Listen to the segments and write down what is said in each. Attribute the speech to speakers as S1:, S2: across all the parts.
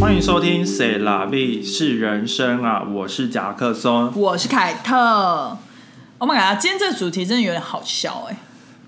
S1: 欢迎收听《谁啦 V 是人生》啊，我是夹克松。
S2: 我是凯特。Oh my god！今天这个主题真的有点好笑哎、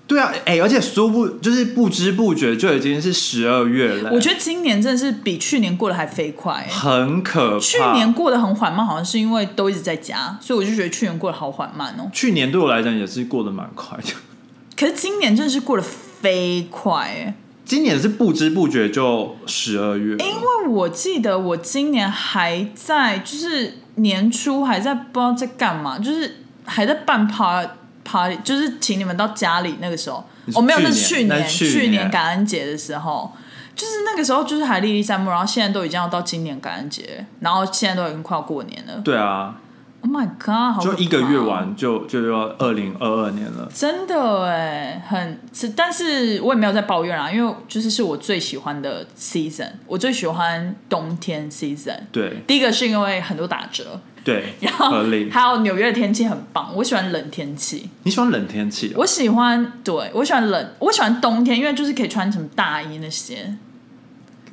S1: 对啊，哎、而且殊不就是不知不觉就已经是十二月了，
S2: 我觉得今年真的是比去年过得还飞快、哎
S1: 很可怕。
S2: 去年过得很缓慢，好像是因为都一直在家，所以我就觉得去年过得好缓慢哦。
S1: 去年对我来讲也是过得蛮快的，
S2: 可是今年真的是过得飞快哎、
S1: 今年是不知不觉就十二月了，
S2: 因为我记得我今年还在，就是年初还在不知道在干嘛，就是还在办 party party，就是请你们到家里那个时候，
S1: 你是
S2: 我、没有，那是
S1: 去
S2: 去
S1: 年
S2: 年
S1: 那是去年
S2: 年感恩节的时候，就是那个时候就是还历历在目，然后现在都已经要到今年感恩节，然后现在都已经快要过年了
S1: 对啊，
S2: ，Oh my god，好
S1: 就
S2: 可
S1: 一个
S2: 怕
S1: 月
S2: 哦
S1: 完就就要二零二二年了。
S2: 真的哎，很是，但是我也没有在抱怨啦，啊因为就是是我最喜欢的 season，我最喜欢冬天 season。
S1: 对
S2: 第一个是因为很多打 折，
S1: 对，
S2: 然后
S1: 合理。
S2: 还有纽约的天气很棒，我喜欢冷天气，
S1: 你喜欢冷天气、哦？
S2: 我喜欢对我喜欢冷，我喜欢冬天，因为就是可以穿什么大衣那些，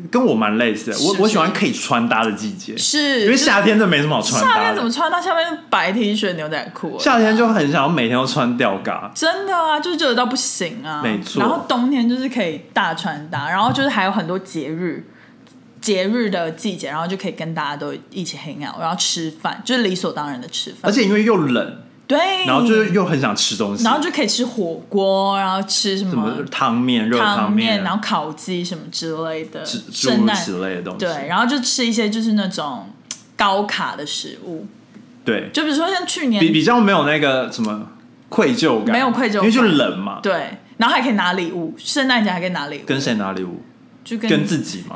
S1: 跟我蛮类似的，我
S2: 是
S1: 我喜欢
S2: 是
S1: 可以穿搭的季节，
S2: 是
S1: 因为
S2: 就是
S1: 夏天真的没什么好穿
S2: 夏
S1: 搭
S2: 天
S1: 的
S2: 怎么。穿到下面白 T 恤牛仔裤而已？
S1: 夏天就很想要每天都穿吊嘎，
S2: 真的啊，就是热到不行啊。
S1: 没错
S2: 然后冬天就是可以大穿搭，然后就是还有很多节日，节日的季节，然后就可以跟大家都一起 hang out，然后吃饭，就是理所当然的吃饭。
S1: 而且因为又冷，
S2: 对，
S1: 然后就是又很想吃东西，
S2: 哎然后就可以吃火锅，然后吃什
S1: 什
S2: 么
S1: 么汤面、热
S2: 汤
S1: 面，
S2: 然后烤鸡什么之类的，
S1: 之诸
S2: 圣
S1: 如
S2: 诞
S1: 此类的东西。
S2: 对，然后就吃一些就是那种高卡的食物，
S1: 对，
S2: 就比如说像去年
S1: 比比较没有那个什么愧疚感，
S2: 没有愧疚感
S1: 因为就冷嘛。
S2: 对，然后还可以拿礼物，圣诞节还可以拿礼物，
S1: 跟谁拿礼物？
S2: 就跟
S1: 跟自己嘛。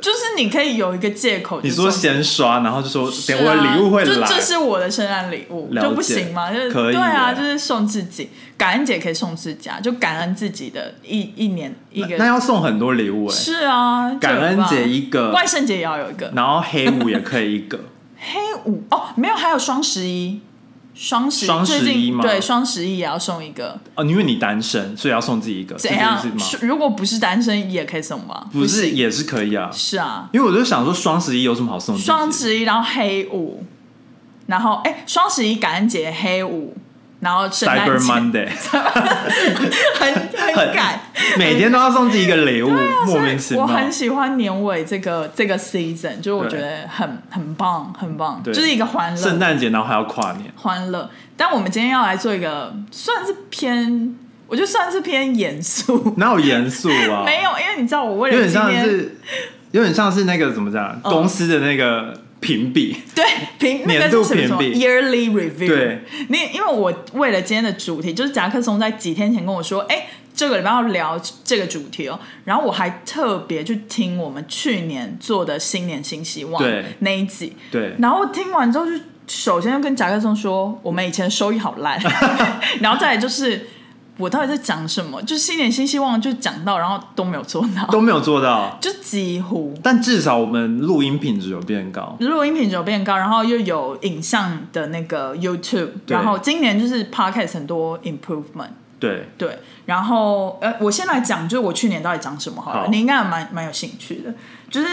S2: 就是你可以有一个借口，
S1: 你
S2: 就
S1: 说先刷，然后就说等我礼物会
S2: 啊就
S1: 来
S2: 这。是我的圣诞礼物，
S1: 了解
S2: 就不行吗？就是
S1: 可以
S2: 对啊，
S1: 耶
S2: 就是送自己，感恩节可以送自家，就感恩自己的一一年一
S1: 那
S2: 个。
S1: 要送很多礼物哎，
S2: 是啊，
S1: 感恩节一
S2: 个，
S1: 个，
S2: 万圣节也要有一个
S1: 然后黑五也可以一个。
S2: 黑五哦，没有，还有双十一，双十
S1: 双十一
S2: 最近
S1: 吗
S2: 对双十一也要送一个，
S1: 哦，因为你单身，所以要送自己一个，
S2: 怎样
S1: 是这个意思吗？？
S2: 如果不是单身也可以送吧？
S1: 不是，
S2: 行
S1: 也是可以啊。
S2: 是啊，
S1: 因为我就想说，双十一有什么好送自己的？
S2: 双十一，然后黑五，然后哎，双十一感恩节黑五，然后圣诞
S1: Cyber
S2: 节
S1: Monday，
S2: 很很赶，
S1: 每天都要送自己一个礼物，莫名其
S2: 啊我
S1: 妙。
S2: 很喜欢年尾这个这个 season，就是我觉得很很棒，很棒，
S1: 对
S2: 就是一个欢
S1: 圣
S2: 乐
S1: 诞节，然后还要跨年，
S2: 欢乐。但我们今天要来做一个算是偏，我觉得算是偏严肃，
S1: 哪有严肃啊？
S2: 没有，因为你知道我为
S1: 有
S2: 了
S1: 点
S2: 今
S1: 像
S2: 天
S1: 是，有点像是那个怎么讲，啊
S2: 嗯
S1: 公司的那个评比。
S2: 对评那
S1: 年
S2: 个
S1: 度
S2: 是什么什么
S1: 评比
S2: yearly review。
S1: 对，
S2: 你因为我为了今天的主题，就是夹克松在几天前跟我说，哎、这个礼拜要聊这个主题哦，然后我还特别去听我们去年做的新年新希望
S1: 对
S2: 那一集，
S1: 对，
S2: 然后听完之后就首先就跟夹克松说，我们以前的收益好 烂，然后再来就是我到底在讲什么，就新年新希望就讲到，然后都没有做到，
S1: 都没有做到，
S2: 就几乎
S1: 但至少我们录音品质有变高。
S2: 录音品质有变高，然后又有影像的那个 YouTube，
S1: 对
S2: 然后今年就是 Podcast 很多 improvement，
S1: 对，
S2: 对，然后呃，我先来讲，就是我去年到底讲什么好了，
S1: 好
S2: 你应该也蛮蛮有兴趣的，就是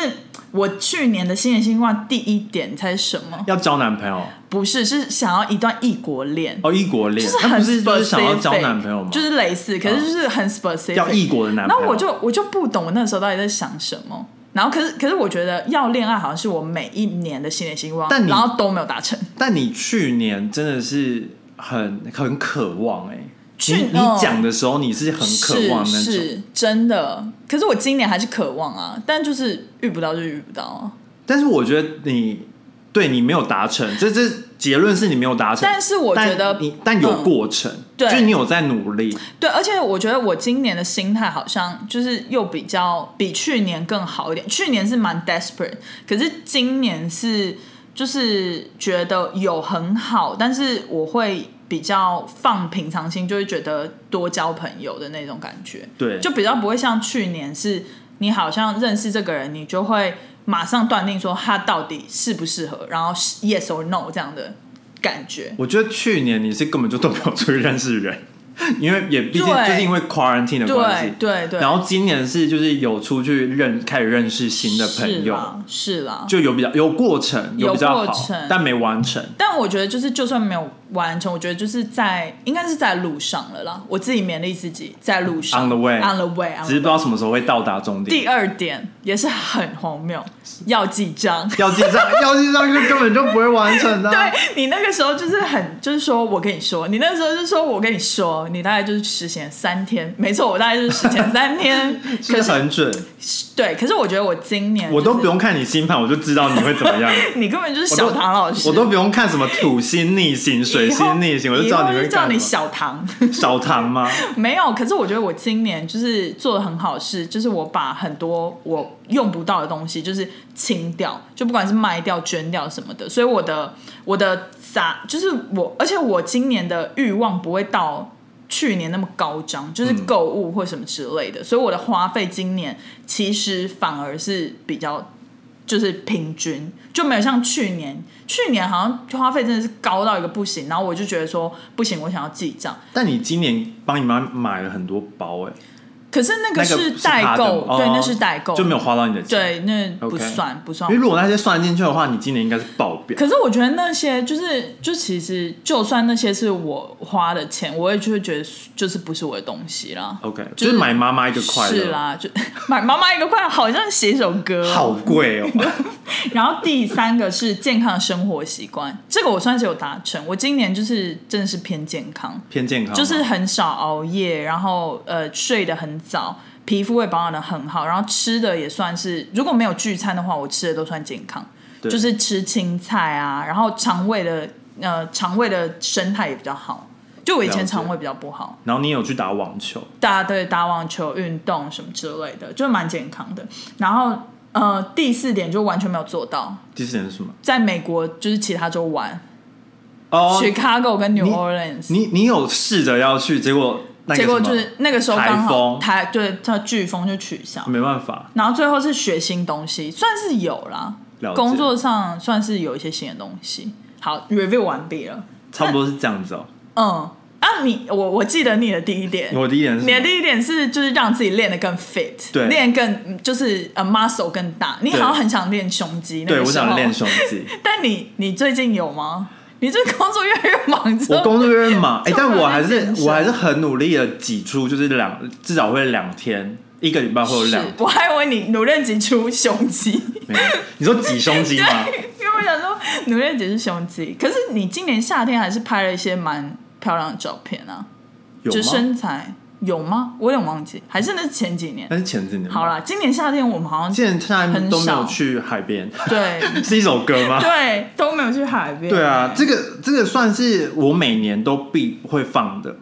S2: 我去年的新年新希望第一点，你猜是什么？
S1: 要交男朋友
S2: 不是，是想要一段异国恋。
S1: 哦，异国恋
S2: 就，是
S1: 那
S2: 很
S1: 不是就是想要
S2: specific，
S1: 交男朋友吗？嗯
S2: 就是类似，可是就是很 specific，
S1: 要异国的男朋
S2: 那
S1: 友。
S2: 我就我就不懂我那时候到底在想什么。然后可是可是我觉得要恋爱好像是我每一年的新年新希望，
S1: 但你
S2: 然后都没有达成。
S1: 但你去年真的是很很渴望哎、
S2: 去
S1: 你你
S2: 哦
S1: 讲的时候你是很渴望那
S2: 是
S1: 种，
S2: 是真的。可是我今年还是渴望啊，但就是遇不到就遇不到啊。
S1: 但是我觉得你对你没有达成，这这结论是你没有达成。
S2: 但是我觉得
S1: 但你但有
S2: 嗯
S1: 过程，
S2: 对
S1: 就是你有在努力，
S2: 对，而且我觉得我今年的心态好像就是又比较比去年更好一点。去年是蛮 desperate，可是今年是就是觉得有很好，但是我会比较放平常心，就会觉得多交朋友的那种感觉。
S1: 对，
S2: 就比较不会像去年是，你好像认识这个人，你就会马上断定说他到底适不适合，然后是 yes or no 这样的感觉。
S1: 我觉得去年你是根本就都没有出去认识人， 因为也毕竟
S2: 对
S1: 就是因为 quarantine 的关
S2: 对
S1: 系。
S2: 对对，
S1: 然后今年是就是有出去认开始认识新的朋
S2: 是
S1: 友，
S2: 啦是啦，
S1: 就有比较有过程，
S2: 有
S1: 比较
S2: 过
S1: 好
S2: 程，
S1: 但没完成。
S2: 但我觉得就是就算没有完成，我觉得就是在应该是在路上了啦。我自己勉励自己在路上
S1: On the way
S2: on the way on
S1: 只是不知
S2: the way。
S1: 道什么时候会到达终点。
S2: 第二点也是很荒谬，要记 账。
S1: 要记账，要记账就根本就不会完成的、啊。
S2: 对你那个时候就是很，就是说我跟你说，你那个时候就是说我跟你说，你大概就是实前三天，没错，我大概就是实前三天。
S1: 是
S2: 可是
S1: 很准，
S2: 对，可是我觉得我今年、
S1: 我都不，用看你星盘，我就知道你会怎么样。
S2: 你根本 就是
S1: 我都
S2: 小唐老师，
S1: 我都不用看什么土星逆行、水星逆行，我就知道你
S2: 以后
S1: 会
S2: 就叫
S1: 干
S2: 你
S1: 什
S2: 小唐。
S1: 么。 少糖 吗？
S2: 没有，可是我觉得我今年就是做的很好事，就是我把很多我用不到的东西就是清掉，就不管是卖掉、捐掉什么的，所以我的我的杂就是我，而且我今年的欲望不会到。去年那么高涨，就是
S1: 嗯
S2: 购物或什么之类的，所以我的花费今年其实反而是比较就是平均，就没有像去年，去年好像花费真的是高到一个不行，然后我就觉得说不行，我想要记账，
S1: 但你今年帮你妈买了很多包哎、
S2: 可是那
S1: 那
S2: 个
S1: 个
S2: 是
S1: 是
S2: 代
S1: 她的
S2: 购，
S1: 吗
S2: 对，
S1: 哦
S2: 那是代购，
S1: 就没有花到你的钱。
S2: 对，那不
S1: OK
S2: 算不算
S1: 因为。如果那些算进去的话，你今年应该是爆表。
S2: 可是我觉得那些就是，就其实就算那些是我花的钱，我也就会觉得就是不是我的东西啦。
S1: OK，就
S2: 就
S1: 是是买妈妈一个快乐，
S2: 是啦，就 买妈妈一个快乐，好像写一首歌。
S1: 好贵 哦、
S2: 然后第三个是健康的生活习惯，这个我算是有达成。我今年就是真的是偏健康，
S1: 偏健康吗，
S2: 就是很少熬夜，然后呃睡得很早，皮肤也保养的很好，然后吃的也算是，如果没有聚餐的话，我吃的都算健康，
S1: 对
S2: 就是吃青菜啊，然后肠胃的呃肠胃的生态也比较好。就我以前
S1: 了解
S2: 肠胃比较不好，
S1: 然后你有去打网球，
S2: 大家对打网球、运动什么之类的，就蛮健康的。然后呃，第四点就完全没有做到，
S1: 第四点是什么？
S2: 在美国就是其他州玩、
S1: 哦，
S2: Chicago 跟 New
S1: 你
S2: Orleans。
S1: 你你有试着要去，结果那个
S2: 结果就
S1: 什么
S2: 是那个时候刚
S1: 台
S2: 好
S1: 风
S2: 台对它飓风就取消，
S1: 没办法，
S2: 然后最后是学新东西，算是有啦
S1: 了，解
S2: 工作上算是有一些新的东西。好，review 完毕了。
S1: 差不多是这样子哦、
S2: 嗯，啊你我我记得你的第一点，
S1: 我第一点是
S2: 你的
S1: 什么
S2: 第一点是就是让自己练得更 fit，
S1: 对
S2: 练更就是呃 muscle 更大。你好像
S1: 对
S2: 很想练胸肌，那
S1: 对
S2: 个
S1: 我
S2: 时候
S1: 想练，胸 肌。
S2: 但你你最近有吗？你这工作越来越忙之后，
S1: 我工作越来越 忙，哎、
S2: 这种
S1: 但我还
S2: 人
S1: 是
S2: 真是
S1: 我还是很努力的挤出，就是两至少会两天，一个礼拜会有哦两
S2: 是，，我还以为你努力挤出胸肌。
S1: 没有你说挤胸肌吗？
S2: 因为我想说，努力姐是胸肌，可是你今年夏天还是拍了一些蛮漂亮的照片啊，
S1: 有
S2: 就
S1: 吗？
S2: 身材有吗？我有点忘记，还是那是前几年。
S1: 但是前几年
S2: 好，啦，今年夏天我们好像
S1: 哎现在现在都没
S2: 很少
S1: 有去海边，
S2: 对
S1: 是一首歌吗？
S2: 对都没有去海边。
S1: 对啊，这个这个算是我每年都必会放的，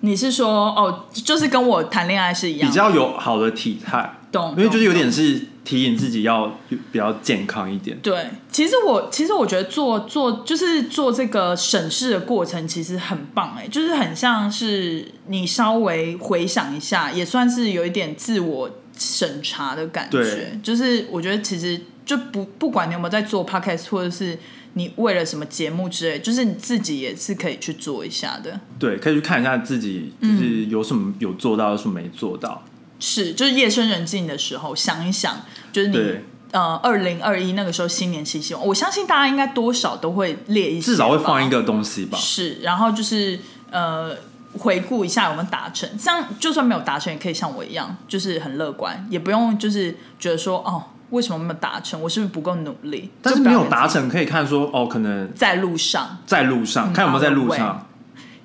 S2: 你是说哦，就是跟我谈恋爱是一样
S1: 比
S2: 的，
S1: 较有好的体态，
S2: 懂，
S1: 因为就是有
S2: 懂
S1: 点是提醒自己要比较健康一点。
S2: 对，其实我其实我觉得做做就是做这个审视的过程，其实很棒哎、就是很像是你稍微回想一下，也算是有一点自我审查的感觉
S1: 对。
S2: 就是我觉得其实就不不管你有没有在做 podcast，或者是你为了什么节目之类，就是你自己也是可以去做一下的。
S1: 对，可以去看一下自己，就是
S2: 嗯
S1: 有什么有做到，有什么没做到。
S2: 是，就是夜深人静的时候想一想，就是你
S1: 对
S2: 呃二零二一那个时候新年新希望，我相信大家应该多少都会列一些吧，
S1: 至少会放一个东西吧。
S2: 是，然后就是呃，回顾一下有没有达成，像就算没有达成，也可以像我一样，就是很乐观，也不用就是觉得说哦，为什么没有达成？我是不是不够努力？
S1: 但是
S2: 就不
S1: 没
S2: 要
S1: 有
S2: 给
S1: 达
S2: 自己，
S1: 成，可以看说哦，可能
S2: 在路上
S1: 在路
S2: 嗯
S1: 上，看有没有在路上。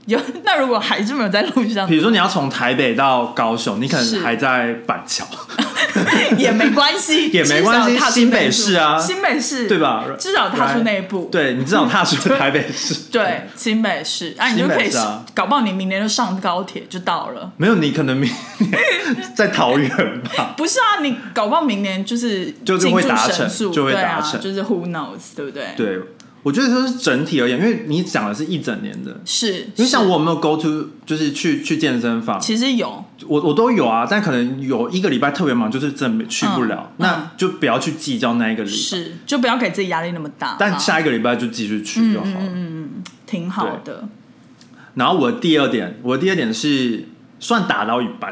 S2: 有。 那如果还是没有在路上
S1: 比，如说你要从台北到高雄，你可
S2: 是
S1: 能还在板桥，
S2: 也没关系，
S1: 也没
S2: 至
S1: 关
S2: 少
S1: 系
S2: 踏出
S1: 新
S2: 那一
S1: 北
S2: 步
S1: 市啊
S2: 新北市
S1: 对吧
S2: 至少踏出
S1: Right
S2: 那一步，
S1: 对你至少踏出台北市。
S2: 对，，新北市，啊，你
S1: 新
S2: 就
S1: 北
S2: 可以
S1: 市啊，
S2: 搞不好你明年就上高铁就到了。
S1: 没有你可能明年在桃园吧。
S2: 不是啊，你搞不好明年就是
S1: 就是会
S2: 进驻
S1: 达成
S2: 神速
S1: 就会
S2: 对啊
S1: 达成
S2: 就是 who knows，对不对？，
S1: 对，我觉得就是整体而言，因为你讲的是一整年的。
S2: 是。
S1: 因为像
S2: 是，
S1: 我有没有 go to，就是去去健身房，
S2: 其实有
S1: 我我都有啊，但可能有一个礼拜特别忙，就是真的去不了，
S2: 嗯
S1: 那就不要去计较那一个礼拜，
S2: 是，就不要给自己压力那么大啦，嗯
S1: 但下一个礼拜就继续去就好了。
S2: 挺好的。
S1: 然后我的第二点，我的第二点是算打到一半，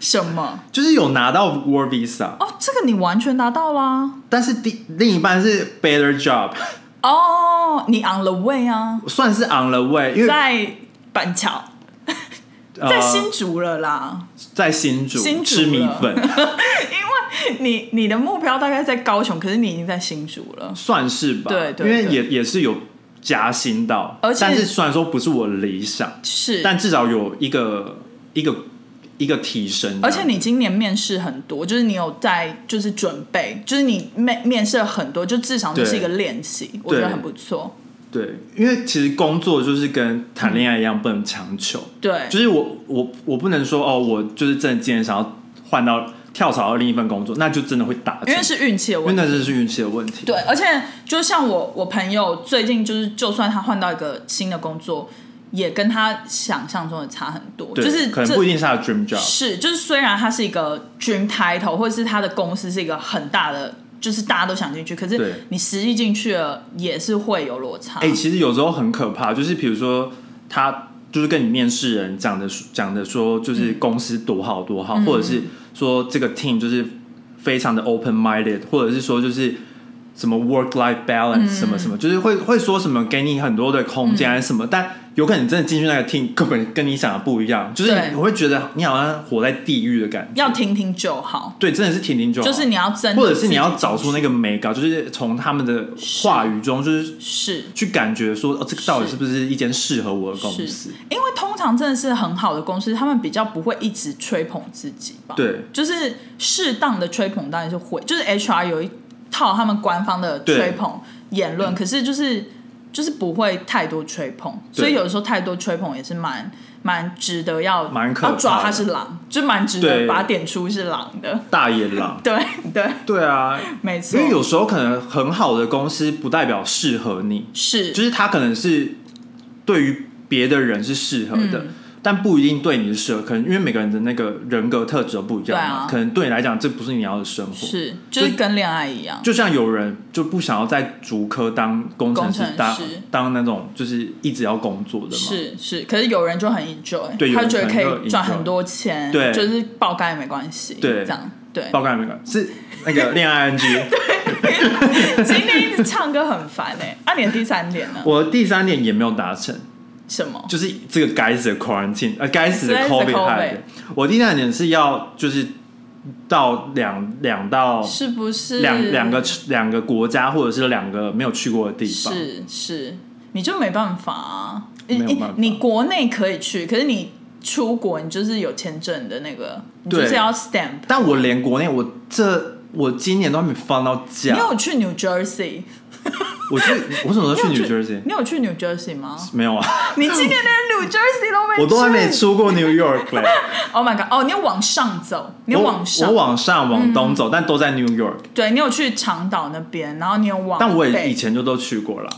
S2: 什么？
S1: 就是有拿到 Work Visa，
S2: 哦，这个你完全达到啦！
S1: 但是第另一半是 Better Job，
S2: 哦，你 on the way 啊，
S1: 算是 on the way，因为
S2: 在板桥，在新竹了啦。
S1: 呃、在新竹
S2: 新竹
S1: 吃米粉，
S2: 因为你你的目标大概在高雄，可是你已经在新竹了。
S1: 算是吧，
S2: 对对
S1: 因为
S2: 对
S1: 也也是有加薪到，
S2: 而且
S1: 但是虽然说不是我的理想，
S2: 是，
S1: 但至少有一个一个一个提升，
S2: 而且你今年面试很多，就是你有在就是准备，就是你面面试了很多，就至少这是一个练习，我觉得很不错。
S1: 对，因为其实工作就是跟谈恋爱一样，不能强求。
S2: 对，
S1: 就是我我我不能说哦，我就是真的今天想要换到跳槽到另一份工作，那就真的会打
S2: 因
S1: 折
S2: 为，是运气的
S1: 因为
S2: 问题。
S1: 那真的是运气的问题。
S2: 对，而且就像我我朋友最近就是，就算他换到一个新的工作，也跟他想象中的差很多，
S1: 对，
S2: 就是
S1: 可能
S2: 这
S1: 不一定是他的 dream job，
S2: 是，就是虽然它是一个 dream title，或者是它的公司是一个很大的，就是大家都想进去，可
S1: 对
S2: 是你实际进去了也是会有落差。
S1: 哎、其实有时候很可怕，就是比如说他就是跟你面试人讲的讲的说，就是公司多好多
S2: 嗯
S1: 好，或者是说这个 team 就是非常的 open minded，或者是说就是什么 work life
S2: 嗯
S1: balance 什么什么，就是会会说什么给你很多的空间还是什
S2: 嗯
S1: 么，但有可能你真的进去那个 team 根本跟你想的不一样，就是
S2: 对
S1: 你会觉得你好像活在地狱的感觉。
S2: 要听听就好，
S1: 对，真的是听听就好，
S2: 就是你要真的，
S1: 或者是你要找出那个美感，就是从他们的话语中，就是
S2: 是。
S1: 去感觉说，哦，这个到底
S2: 是
S1: 是不是一间适合我的公
S2: 是
S1: 司？
S2: 因为通常真的是很好的公司，他们比较不会一直吹捧自己吧？
S1: 对，
S2: 就是适当的吹捧当然是会，就是 HR 有一套他们官方的
S1: 对
S2: 吹捧言论，可是就是就是不会太多吹捧，
S1: 对
S2: 所以有的时候太多吹捧也是蛮蛮值得要
S1: 蛮可怕
S2: 要
S1: 的
S2: 抓他是狼，就蛮值得
S1: 对
S2: 把他点出是狼的，
S1: 大野狼，
S2: 对对，
S1: 对啊，
S2: 没错，
S1: 因为有时候可能很好的公司不代表适合你，
S2: 是
S1: 就是它可能是对于别的人是适合的。
S2: 嗯
S1: 但不一定对你是适合，可能因为每个人的那个人格特质都不一样嘛，
S2: 对啊
S1: 可能对你来讲这不是你要的生活。
S2: 是就是跟恋爱一样，
S1: 就像有人就不想要在竹科当工程师
S2: 工程，师
S1: 当当那种就是一直要工作的嘛。
S2: 是是，可是有人就很 enjoy，
S1: 对有
S2: 他
S1: 人
S2: 觉得
S1: 可
S2: 可
S1: 能就
S2: 以赚
S1: enjoy
S2: 很多钱，
S1: 对
S2: 就是爆肝也没关系，
S1: 对
S2: 这样对。
S1: 报告你们是那个恋爱 NG，
S2: 今天一直唱歌很烦 哎、那、你的第三点呢？
S1: 我第三点也没有达成，
S2: 什么？
S1: 就是这个该死的 quarantine，呃，该死的
S2: 该死的
S1: COVID 害的。我第三点是要就是到两两到
S2: 是不是
S1: 两两个两个国家或者是两个没有去过的地方，
S2: 是是，你就没办法啊！
S1: 没
S2: 你
S1: 有
S2: 你
S1: 办法
S2: 你国内可以去，可是你出国，你就是有签证的那个，你就
S1: 对
S2: 是要 stamp。
S1: 但我连国内我这我今年都还没放到
S2: 你
S1: 假，
S2: 有去 New Jersey？
S1: 我 去我什么时候去
S2: 你有
S1: New Jersey？
S2: 你有去 New Jersey 吗？
S1: 没有啊，
S2: 你今年连 New Jersey 都没去，
S1: 我都还没出过 New York 嘞。
S2: Oh my god！哦，你有往上走，你有
S1: 我
S2: 往上，嗯
S1: 我往上往东走，但都在 New York。
S2: 对你有去长岛那边，然后你有往北，
S1: 但我也以前就都去过了。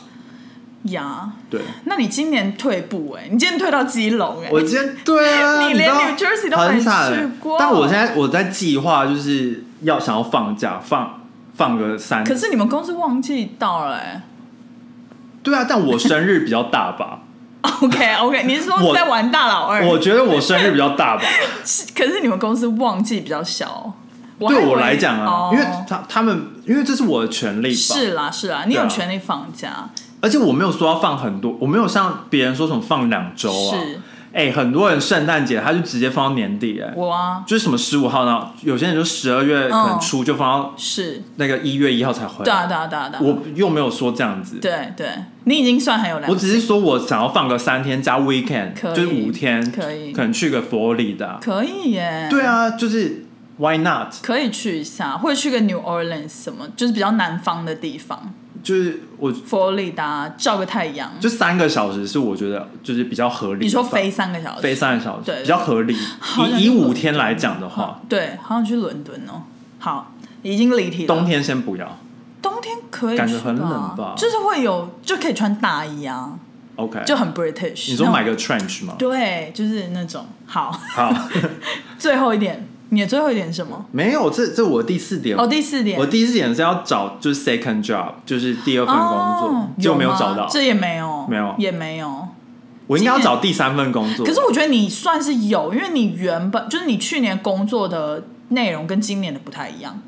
S2: 呀。
S1: 对，
S2: 那你今年退步哎、你今年退到基隆哎、
S1: 我今天对啊，
S2: 你连
S1: 知道
S2: New Jersey 都没
S1: 很惨
S2: 去过
S1: 但我现在我在计划就是要想要放假放放个三，
S2: 可是你们公司忘记到了 哎、
S1: 对啊，但我生日比较大 吧，
S2: OK OK，你是说
S1: 我
S2: 在玩大老二？
S1: 我觉得我生日比较大吧，
S2: 是可是你们公司旺季比较小， 我还以
S1: 对
S2: 为
S1: 我来讲啊
S2: 哦，
S1: 因为他他们因为这是我的权利吧，
S2: 是啦是啦，你
S1: 对啊
S2: 有权利放假，
S1: 而且我没有说要放很多，我没有像别人说什么放两周啊，
S2: 是
S1: 哎、很多人圣诞节他就直接放到年底、哎，
S2: 我啊
S1: 就是什么十五号呢，有些人就十二月可能初就放到
S2: 是，
S1: 那个一月一号才回
S2: 嗯对
S1: 来，
S2: 啊对啊对啊对啊，
S1: 我又没有说这样子，
S2: 对对，你已经算很有良
S1: 我
S2: 心，
S1: 只是说我想要放个三天加 weekend，
S2: 可以
S1: 就是五天，
S2: 可以
S1: 可能去个佛罗里达。
S2: 可以耶，
S1: 对。啊，就是 why not？
S2: 可以去一下，或者去个 New Orleans 什么，就是比较南方的地方，
S1: 就是我
S2: 佛罗里达照个太阳。
S1: 就三个小时是我觉得就是比较合理的。
S2: 你说飞三个小时，
S1: 飞三个小时
S2: 对
S1: 比较合理，
S2: 好像
S1: 以以
S2: 是
S1: 五天来讲的话
S2: 好，对，好想去伦敦哦。好，已经离题了。
S1: 冬天先不要。
S2: 冬天可以，
S1: 感觉很冷吧
S2: 吧？就是会有，就可以穿大衣啊，
S1: OK，
S2: 就很 British。
S1: 你说买个 trench 吗？
S2: 对，就是那种好。
S1: 好，
S2: 最后一点，你的最后一点是什么？
S1: 没有，这这我第四点
S2: 哦，第四点，
S1: 我第四点是要找就是 second job，就是第二份工作，
S2: 哦
S1: 就没
S2: 有吗
S1: 找到。
S2: 这也没有，
S1: 没有
S2: 也没有。
S1: 我应该要找第三份工作。
S2: 可是我觉得你算是有，因为你原本就是你去年工作的内容跟今年的不太一样，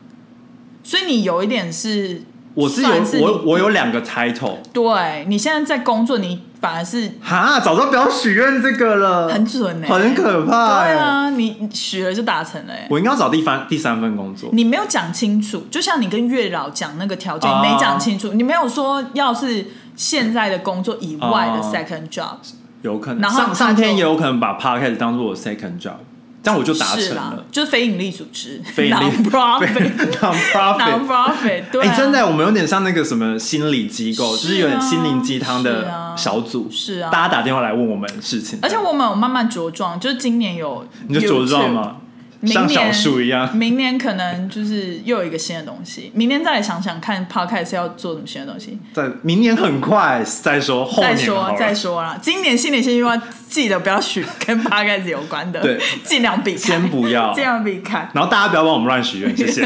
S2: 所以你有一点是
S1: 我是有
S2: 算是你
S1: 我我有两个 title，
S2: 对你现在在工作，你反而是
S1: 哈，早知道不要许愿这个了，
S2: 很准呢、
S1: 很可怕、欸。
S2: 对啊，你你许了就达成了、欸。
S1: 我应该要找第三第三份工作。
S2: 你没有讲清楚，就像你跟月老讲那个条件，
S1: 哦
S2: 你没讲清楚，你没有说要是现在的工作以外的
S1: 哦
S2: second job，、
S1: 有可能
S2: 然后
S1: 上
S2: 他
S1: 上
S2: 就
S1: 天也有可能把 podcast 当做我 second job，这样我就达
S2: 是
S1: 成
S2: 啦
S1: 了，。
S2: 就是非盈利组织
S1: 非盈利
S2: ，non-profit。
S1: non-profit。
S2: non-profit，对、
S1: 哎、
S2: 啊
S1: 真的，我们有点像那个什么心理机构，
S2: 是啊
S1: 就是有点心灵鸡汤
S2: 是
S1: 的
S2: 啊
S1: 小组，
S2: 是啊
S1: 大家打电话来问我们事情，
S2: 而且我们有慢慢茁壮，就是今年有，
S1: 你就茁壮？嘛，
S2: 明
S1: 像小
S2: 年
S1: 树一样。
S2: 明年可能就是又有一个新的东西，明年再来想想看 podcast 要做什么新的东西。
S1: 在明年很快再说，后
S2: 再
S1: 年好
S2: 说啊
S1: 了
S2: 再说啦，今年新年新希望记得不要许跟 podcast 有关的，
S1: 对，
S2: 尽量避开，
S1: 先不 要
S2: 尽量避开，
S1: 然后大家不要帮我们乱许愿，谢 谢，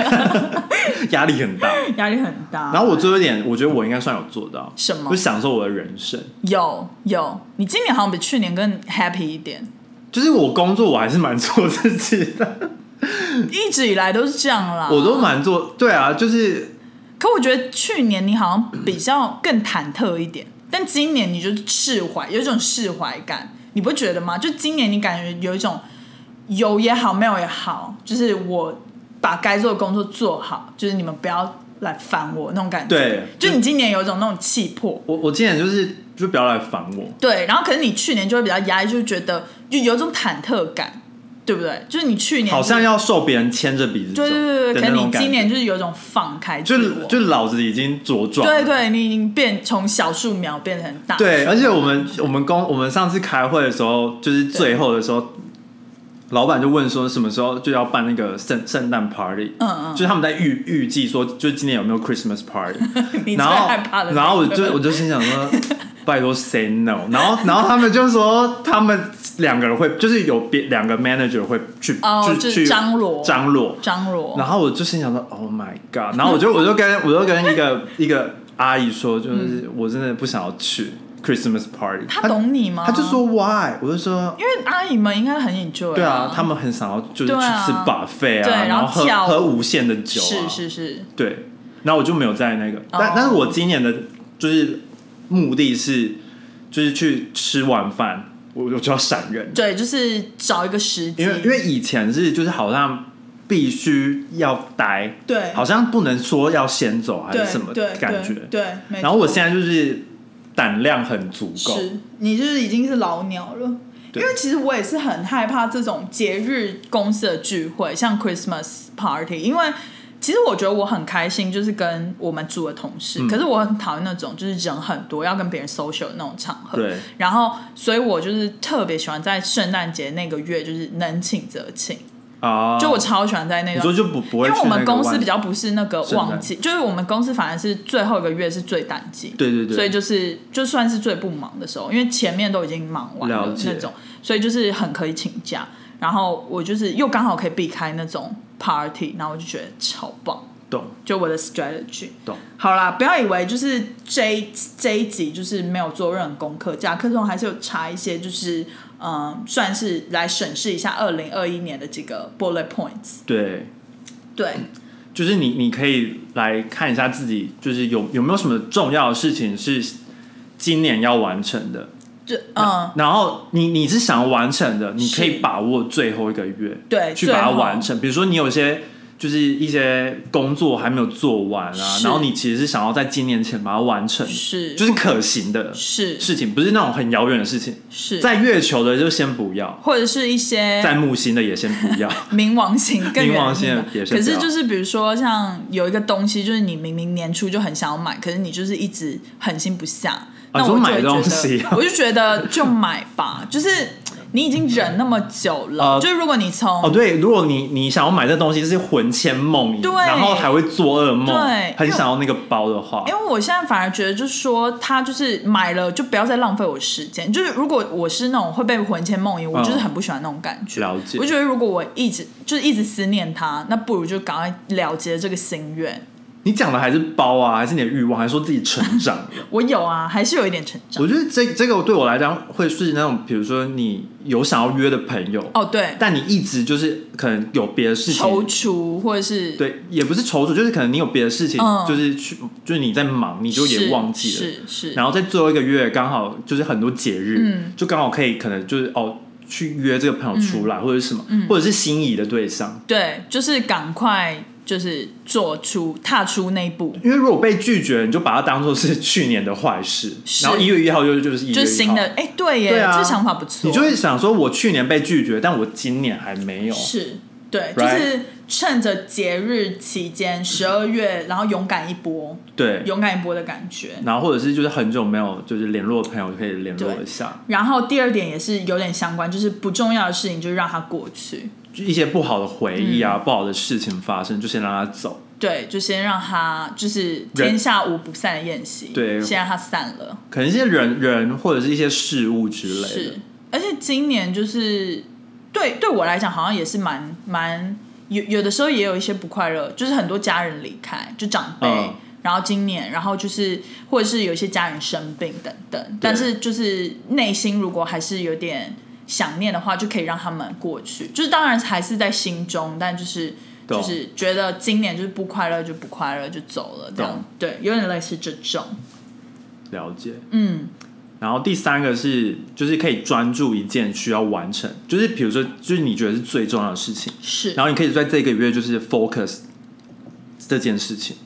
S1: 压力很大。
S2: 压力很大。
S1: 然后我最后一点，我觉得我应该算有做到，
S2: 什么
S1: 就享受我的人生。
S2: 有有，你今年好像比去年更 happy 一点，
S1: 就是我工作我还是蛮做自己
S2: 啊
S1: 的，
S2: 一直以来都是这样啦。
S1: 嗯我都蛮做。对啊，就是
S2: 可我觉得去年你好像比较更忐忑一点，但今年你就是释怀，有一种释怀感，你不觉得吗？就今年你感觉有一种有也好，没有也好，就是我把该做的工作做好，就是你们不要来烦我那种感觉。
S1: 对
S2: 就你今年有一种那种气魄。
S1: 我我今年就是就不要来烦我，
S2: 对，然后可是你去年就会比较压抑，就觉得就有一种忐忑感，对不对？就是你去年
S1: 好像
S2: 要
S1: 要受别人牵着鼻子走
S2: 对对对
S1: 的
S2: 对，可
S1: 那
S2: 是
S1: 种
S2: 你
S1: 感
S2: 今
S1: 觉。
S2: 年就是有一种放开自
S1: 就
S2: 我，
S1: 就老子已经茁壮，
S2: 对对，你已经变从小树苗变成大 树。
S1: 对，而且我 们我们公我们上次开会的时候，就是最后的时候，老板就问说什么时候就要办那个圣圣诞 party，
S2: 嗯嗯
S1: 就是他们在预预计说，就今年有没有 Christmas party，
S2: 你最
S1: 然
S2: 害怕的
S1: 后
S2: 那个，
S1: 然后我就我就心想说， 拜托 say no，然后然后他们就说他们两个人会就是有别两个 manager 会去、
S2: 哦
S1: 就
S2: 就是
S1: 去
S2: 张罗
S1: 张罗，
S2: 张罗，
S1: 然后我就心想说，Oh my god！然后我 就我就跟我就跟一个一个阿姨说，就是我真的不想要去 Christmas party。
S2: 他嗯懂你吗？
S1: 她，她就，说 Why？我就说。
S2: 因为阿姨们应该很 enjoy，
S1: 对啊，他
S2: 们
S1: 们很想要就是
S2: 对
S1: 去
S2: 啊
S1: 吃 buffet 啊，
S2: 对然
S1: 然
S2: 后
S1: 后喝
S2: 跳舞
S1: 喝无限的酒啊，
S2: 是是哦是，
S1: 对。然后我就没有在那个，但但是我今年的就是目的是，就是去吃晚饭，我我就要闪人，
S2: 对，就是找一个时机，
S1: 因为因为以前是就是好像必须要待，
S2: 对，
S1: 好像不能说要先走还
S2: 对
S1: 是什么
S2: 对
S1: 感觉
S2: 对。对，没
S1: 然后我
S2: 错
S1: 现在就是胆量很足够，
S2: 是你就是已经是老鸟了。因
S1: 对
S2: 为其实我也是很害怕这种节日公司的聚会，像 Christmas party，因为其实我觉得我很开心，就是跟我们组的同事，
S1: 嗯
S2: 可是我很讨厌那种就是人很多要跟别人 social 的那种场合。
S1: 对，
S2: 然后，所以我就是特别喜欢在圣诞节那个月，就是能请则请。
S1: 啊，
S2: 哦就我超喜欢在那
S1: 你
S2: 个，
S1: 说就不不会
S2: 因
S1: 去
S2: 为我
S1: 那
S2: 们
S1: 个
S2: 公司
S1: 晚
S2: 比较不是那个
S1: 圣诞
S2: 旺季，就是我们公司反而是最后一个月是最淡季。
S1: 对对对，
S2: 所以就是就算是最不忙的时候，因为前面都已经忙完
S1: 了
S2: 了
S1: 解
S2: 那种，所以就是很可以请假。然后我就是又刚好可以避开那种 party，然后我就觉得超棒，
S1: 懂
S2: 就我的 strategy。
S1: 懂，
S2: 好啦，不要以为就是这一这一集就是没有做任何功课，甲课中还是有查一些，就是嗯、呃算是来审视一下二零二一年的这个 bullet points。
S1: 对，
S2: 对，
S1: 就是你你可以来看一下自己，就是有有没有什么重要的事情是今年要完成的，
S2: 就嗯，
S1: 然后你你是想完成的，你可以
S2: 是
S1: 把握最后一个月，
S2: 对
S1: 去把它
S2: 最后
S1: 完成。比如说你有一些就是一些工作还没有做完啊，
S2: 是
S1: 然后你其实是想要在今年前把它完成，
S2: 是
S1: 就是可行的
S2: 是
S1: 事情，不是那种很遥远的事情。
S2: 是，
S1: 在月球的就先不要，
S2: 或者是一些
S1: 在木星的也先 不要。 哦
S2: 冥王星更
S1: 冥
S2: 远
S1: 王
S2: 的地
S1: 星
S2: 方
S1: 也是
S2: 可
S1: 这
S2: 是
S1: 样
S2: 就是比如说像有一个东西，就是你明明年初就很想要买，可是你就是一直狠心不下。那
S1: 啊你说
S2: 我就
S1: 买
S2: 会觉
S1: 东
S2: 得
S1: 西啊
S2: 我就觉得就买吧，就是你已经忍那么久了，
S1: 呃
S2: 就是如果你从、
S1: 哦，对，如果你你想要买这东西是魂牵梦萦，
S2: 对
S1: 然后还会做噩梦
S2: 对，
S1: 很想要那个包的话
S2: 因，为我现在反而觉得，就是说，他就是买了就不要再浪费我时间。就是如果我是那种会被魂牵梦萦，我就是很不喜欢那种感觉。
S1: 嗯了解
S2: 我觉得如果我一直就是一直思念他，那不如就赶快了结这个心愿，
S1: 你讲的还是包啊，还是你的欲望，还是说自己成长了？
S2: 我有啊，还是有一点成长。
S1: 我觉得这这个对我来讲会是那种，比如说你有想要约的朋友，
S2: 哦，对，
S1: 但你一直就是可能有别的事
S2: 踌
S1: 情，
S2: 躇或者是
S1: 对，也不是踌躇，就是可能你有别的事情，
S2: 嗯
S1: 就是去，就是你在忙，你就也
S2: 是
S1: 忘记了。
S2: 是是，
S1: 然后在最后一个月刚好就是很多节日，
S2: 嗯
S1: 就刚好可以可能就是哦去约这个朋友出来、或者是什么，
S2: 嗯
S1: 或者是心仪的对象。
S2: 对，就是赶快就是做出踏出那一步，
S1: 因为如果被拒绝，你就把它当做是去年的坏事，
S2: 是
S1: 然后一月一号就就是一月
S2: 就是
S1: 一
S2: 新
S1: 号，
S2: 的哎，对耶，
S1: 对啊
S2: 这想法不错，
S1: 你就会想说，我去年被拒绝，但我今年还没有。
S2: 是对，就
S1: Right
S2: 是趁着节日期间，十二月，然后勇敢一波，
S1: 对，
S2: 勇敢一波的感觉。
S1: 然后或者是就是很久没有就是联络的朋友可以联络
S2: 对
S1: 一下，
S2: 然后第二点也是有点相关，就是不重要的事情就让它过去，
S1: 就一些不好的回忆
S2: 嗯
S1: 啊、不好的事情发生，就先让它走。
S2: 对，就先让它就是
S1: 人
S2: 天下无不散的宴席，
S1: 对
S2: 先让它散了。
S1: 可能一些人人或者是一些事物之类的
S2: 是，，而且今年就是对对我来讲，好像也是蛮蛮有有的时候也有一些不快乐，就是很多家人离开，就长辈。
S1: 嗯
S2: 然后今年，然后就是，或者是有一些家人生病等等，但是就是内心如果还是有点想念的话，就可以让他们过去。就是当然还是在心中，但就是
S1: 懂
S2: 就是觉得今年就是不快乐就不快乐就走了这样
S1: 懂。
S2: 对，有点类似这种。
S1: 了解。
S2: 嗯，
S1: 然后第三个是，就是可以专注一件需要完成，就是比如说，就是你觉得是最重要的事情，
S2: 是。
S1: 然后你可以在这个月就是 focus 这件事情，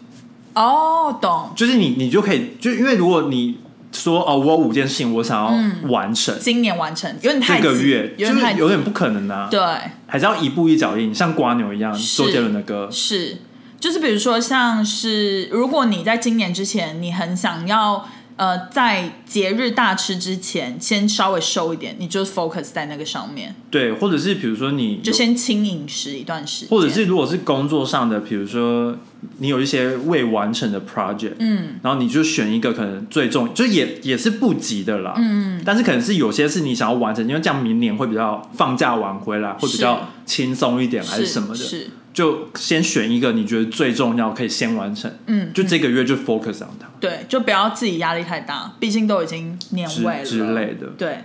S2: 哦，懂。
S1: 就是你你就可以，就因为如果你说哦，我有五件事情我想要完成，
S2: 今年完成，有点嗯太
S1: 这个
S2: 急
S1: 月
S2: 有
S1: 就
S2: 点太
S1: 是
S2: 急
S1: 有点不可能啊，
S2: 对，
S1: 还是要一步一脚印，像瓜牛一样，
S2: 是
S1: 周杰伦的歌，
S2: 是，就是比如说像是，如果你在今年之前，你很想要。呃，在节日大吃之前，先稍微瘦一点，你就 focus 在那个上面，
S1: 对，或者是比如说你有
S2: 就先轻饮食一段时间，
S1: 或者是如果是工作上的，比如说你有一些未完成的 project，
S2: 嗯，
S1: 然后你就选一个可能最重，就也也是不急的啦，嗯，但是可能是有些是你想要完成，因为这样明年会比较放假晚回来会比
S2: 是
S1: 较轻松一点，还
S2: 是
S1: 什么的，
S2: 是
S1: 就先选一个你觉得最重要可以先完成，
S2: 嗯，
S1: 就这个月就 focus on 它
S2: 对，就不要自己压力太大，毕竟都已经年
S1: 之
S2: 尾了
S1: 之类的，
S2: 对，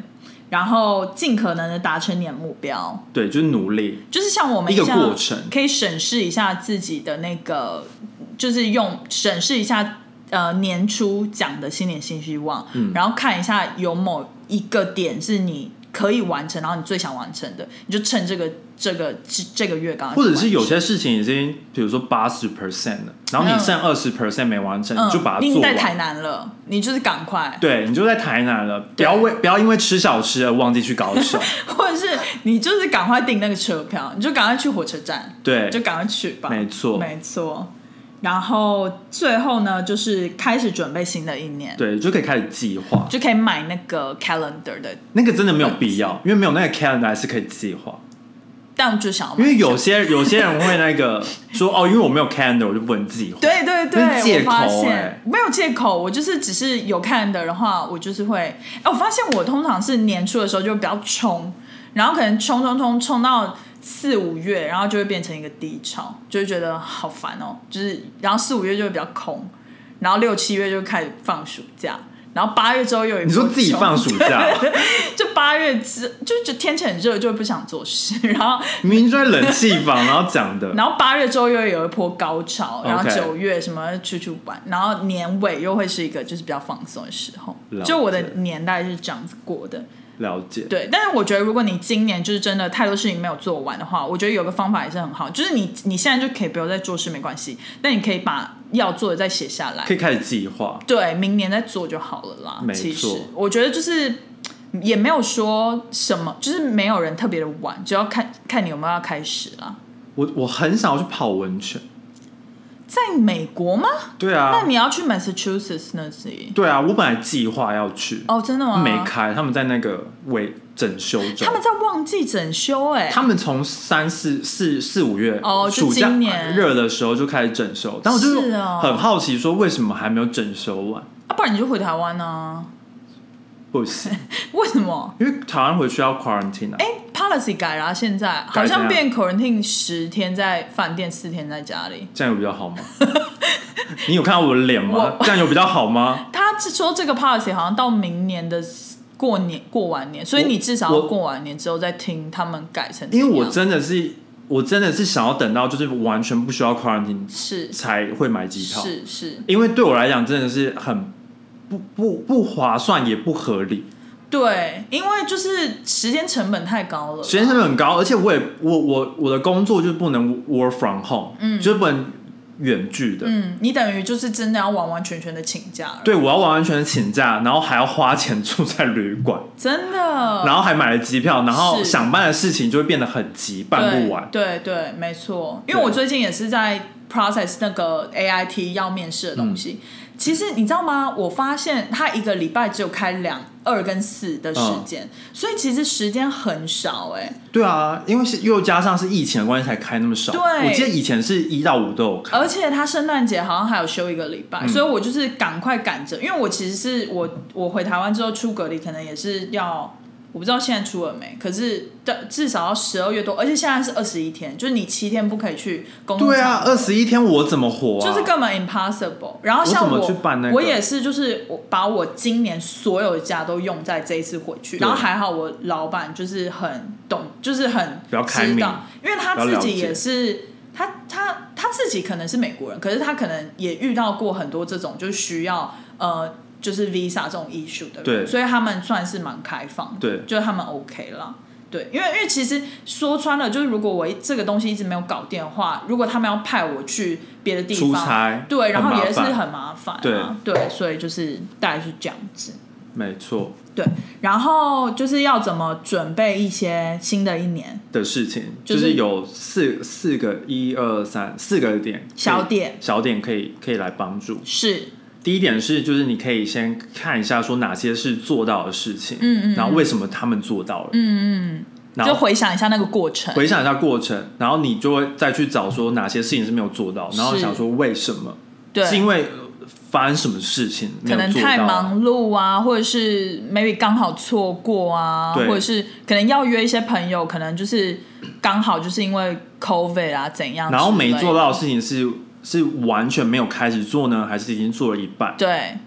S2: 然后尽可能的达成你的目标，
S1: 对，就是努力，
S2: 就是像我们
S1: 一个
S2: 样
S1: 过程
S2: 可以审视一下自己的那个，就是用审视一下呃年初讲的新年新希望，
S1: 嗯
S2: 然后看一下有某一个点是你可以完成，然后你最想完成的，你就趁这个这个这这个月刚好去
S1: 或者
S2: 完成
S1: 是有些事情已经，比如说八十 percent 了，然后你剩二十 percent 没完成，
S2: 嗯，
S1: 你就把它
S2: 你已
S1: 做
S2: 经在台
S1: 完。
S2: 南了，你就是赶快，
S1: 对，你就在台南了，不要为不要因为吃小吃而忘记去高 雄。
S2: 或者是你就是赶快订那个车票，你就赶快去火车站，
S1: 对，
S2: 就赶快去吧。
S1: 没错，
S2: 没错。然后最后呢，就是开始准备新的一年，
S1: 对，就可以开始计划。
S2: 就可以买那个 calendar 的，
S1: 那个真的没有必 要，因为没有那个 calendar 还是可以计划。
S2: 但我就想要买
S1: 因为有些有些人会那个 说哦，因为我没有 calendar，我就不能计划。
S2: 对对
S1: 那是
S2: 对，
S1: 借
S2: 我
S1: 口
S2: 发现
S1: 欸
S2: 没有借口，我就是只是有 calendar 的话，我就是会，哎，我发现我通常是年初的时候就比较冲，然后可能冲冲冲冲到四五月，然后就会变成一个低潮，就会觉得好烦哦，就是然后四五月就会比较空，然后六七月就开始放暑假。然后八月之后又有一
S1: 你
S2: 波
S1: 说自己
S2: 冲
S1: 放暑假，
S2: 就八月之就就天气很热，就不想做事， 然后
S1: 明明就在冷气房，然后讲 的，
S2: 然后八月之后又有一波高潮，然后
S1: OK
S2: 九月什么出去玩，然后年尾又会是一个就是比较放松的时候
S1: 了。解
S2: 就我的年代是这样子过的，
S1: 了解。
S2: 对。但是我觉得如果你今年就是真的太多事情没有做完的话，我觉得有个方法也是很好，就是你你现在就可以不用再做事没关系，但你可以把要做的再写下来
S1: 可，以开始计划。
S2: 对，明年再做就好了啦。
S1: 没
S2: 其实
S1: 错
S2: 我觉得就是嗯也没有说什么，就是没有人特别的晚，只要看看你有没有要开始啦。
S1: 我我很少去泡温泉。
S2: 在美国吗？
S1: 对啊，
S2: 那你要去 Massachusetts 那里？
S1: 对啊，我本来计划要去，
S2: 哦，真的吗？
S1: 没开，他们在那个为整修中。
S2: 他们在旺季整修哎、
S1: 他们从三四四四五月
S2: 哦就
S1: 暑假
S2: 今年
S1: 热的时候就开始整修，但我就是
S2: 哦
S1: 很好奇说为什么还没有整修完？
S2: 啊，不然你就回台湾啊。
S1: 不 行，
S2: 为什么？
S1: 因为台湾回去要 quarantine 啊。
S2: 哎，policy 改了啊、现在
S1: 改
S2: 好
S1: 怎样
S2: 像变 quarantine 十天在饭店，四天在家里。
S1: 这样有比较好吗？ 你有看到我的脸吗？这样有比较好吗？
S2: 他是说这个 policy 好像到明年的过年过完年，所以
S1: 我
S2: 你至少要
S1: 我
S2: 过完年之后再听他们改成怎
S1: 因
S2: 样。
S1: 为我真的是，我真的是想要等到就是完全不需要 quarantine
S2: 是
S1: 才会买机票，
S2: 是是，
S1: 因为对我来讲真的是很不不不划算，也不合理，
S2: 对，因为就是时间成本太高了，
S1: 时间成本很高，而且我也我我我的工作就是不能 work from home，嗯，就是不能远距的。
S2: 嗯，你等于就是真的要完完全全的请假了，
S1: 对，我要完完全全请假，然后还要花钱住在旅馆，
S2: 真的，
S1: 然后还买了机票，然后
S2: 是
S1: 想办的事情就会变得很急，办不完。
S2: 对对对，没错，因为
S1: 对
S2: 我最近也是在 process 那个 AIT 要面试的东西。
S1: 嗯
S2: 其实你知道吗？我发现他一个礼拜只有开两二跟四的时间，
S1: 嗯
S2: 所以其实时间很少哎、
S1: 对啊，因为是又加上是疫情的关系才开那么少。
S2: 对
S1: 我记得以前是一到五都有开。
S2: 而且他圣诞节好像还有休一个礼
S1: 嗯
S2: 拜，所以我就是赶快赶着，因为我其实是我我回台湾之后出隔离，可能也是要我不知道现在出了没，可是的至少要十二月多，而且现在是二十一天，就是你七天不可以去公共
S1: 对
S2: 场
S1: 啊，
S2: 合
S1: 二十一天我怎么活啊？
S2: 就是根本 impossible。然后像
S1: 我
S2: 我，
S1: 怎么去办那个
S2: 我也是，就是我把我今年所有的假都用在这一次回去，
S1: 对
S2: 然后还好我老板就是很懂，就是很
S1: 比较开
S2: 知
S1: 明
S2: 道，因为他
S1: 比较
S2: 自
S1: 了
S2: 己
S1: 解
S2: 也是。他他他自己可能是美国人，可是他可能也遇到过很多这种就是需要呃就是 visa 这种 issue 的人，
S1: 对
S2: 所以他们算是蛮开放的，
S1: 对
S2: 就是他们 OK 啦。对，因为因为其实说穿了，就是如果我一这个东西一直没有搞定的话，如果他们要派我去别的地方
S1: 出差
S2: 对，然
S1: 很
S2: 后
S1: 麻
S2: 也是
S1: 烦
S2: 很麻烦、啊，
S1: 对
S2: 对，所以就是大概是这样子。
S1: 没错
S2: 对，然后就是要怎么准备一些新的一年
S1: 的事情，
S2: 就
S1: 就是是有四四个一二三四个点可以
S2: 小点
S1: 小点可以可以来帮助。
S2: 是，
S1: 第一点是，就是你可以先看一下说哪些是做到的事情，
S2: 嗯嗯嗯
S1: 然后为什么他们做到了，
S2: 嗯嗯，
S1: 然
S2: 就
S1: 后
S2: 回想一下那个过程，
S1: 回想一下过程，然后你就会再去找说哪些事情是没有做到，然后
S2: 是
S1: 想说为什么，
S2: 对，
S1: 是因为呃发生什么事情没
S2: 可
S1: 有
S2: 能
S1: 做
S2: 太
S1: 到啊。
S2: 忙碌啊，或者是 maybe 刚好错过啊，
S1: 对
S2: 或者是可能要约一些朋友，可能就是刚好就是因为 COVID 啊怎样之类的，
S1: 然后没做到的事情是是完全没有开始做呢，还是已经做了一半
S2: 对，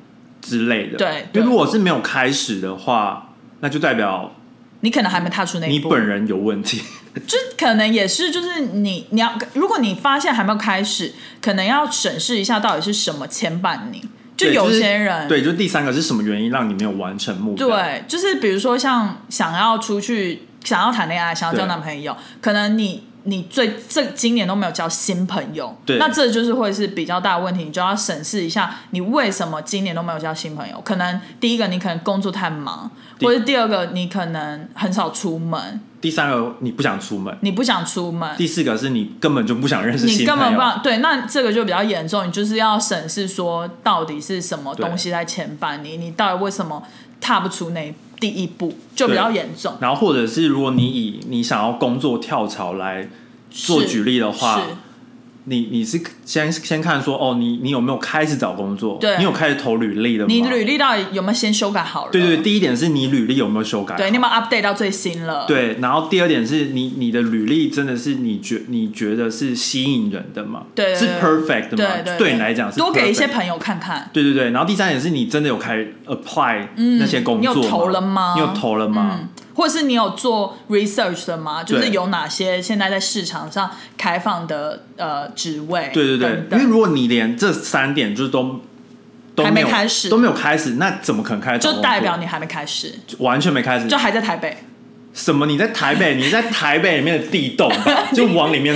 S1: 之类的？
S2: 对
S1: 因
S2: 对
S1: 为如果是没有开始的话，那就代表
S2: 你可能还没踏出那一
S1: 你
S2: 步，
S1: 本人有问 题。
S2: 就可能也是，就是你你要，如果你发现还没有开始，可能要审视一下到底是什么牵绊你。就
S1: 对
S2: 有
S1: 是
S2: 些人，
S1: 对，就第三个是什么原因让你没有完成目标？
S2: 对就是比如说像想要出去，想要谈恋爱，想要交
S1: 对
S2: 男朋友，可能你你最这今年都没有交新朋友，
S1: 对
S2: 那这就是会是比较大的问题，你就要审视一下你为什么今年都没有交新朋友。可能第一个你可能工作太忙，
S1: 第
S2: 或者第二个你可能很少出门，
S1: 第三个你不想出门，
S2: 你不想出门，
S1: 第四个是你根本就不想认识
S2: 你
S1: 新
S2: 根
S1: 朋
S2: 本
S1: 友
S2: 不。知道对，那这个就比较严重，你就是要审视说到底是什么东西在牵绊你，你到底为什么踏不出那第一步，就比较严重。
S1: 然后或者是如果你以你想要工作跳槽来做
S2: 是
S1: 举例的话
S2: 是，
S1: 你你是先先看说哦，你你有没有开始找工作？
S2: 对
S1: 你有开始投履历了吗？
S2: 你履历到底有没有先修改好了？
S1: 对对，第一点是你履历有没有修改好？
S2: 对，你有没有 update 到最新了？，
S1: 对然后第二点是你你的履历真的是你觉你觉得是吸引人的吗？
S2: 对对
S1: 是
S2: 对
S1: perfect 的吗？
S2: 对对，
S1: 你来讲是
S2: 多给一些
S1: perfect
S2: 朋友看看。
S1: 对对对，然后第三点是你真的有开 apply
S2: 嗯
S1: 那些工作吗、
S2: 你有投了吗
S1: 你有投了吗？
S2: 嗯，或者是你有做 research 的吗？就是
S1: 对
S2: 有哪些现在在市场上开放的呃职位？
S1: 对对对
S2: 等，
S1: 因
S2: 等
S1: 为如果你连这三点就是都都
S2: 还
S1: 没
S2: 没
S1: 有
S2: 开始
S1: 都没有开始，那怎么可能开始找工作？
S2: 就代表你还没开始，
S1: 完全没开始
S2: 就。还在台北。
S1: 什么？你在台北？你在台北里面的地洞吧 就往里面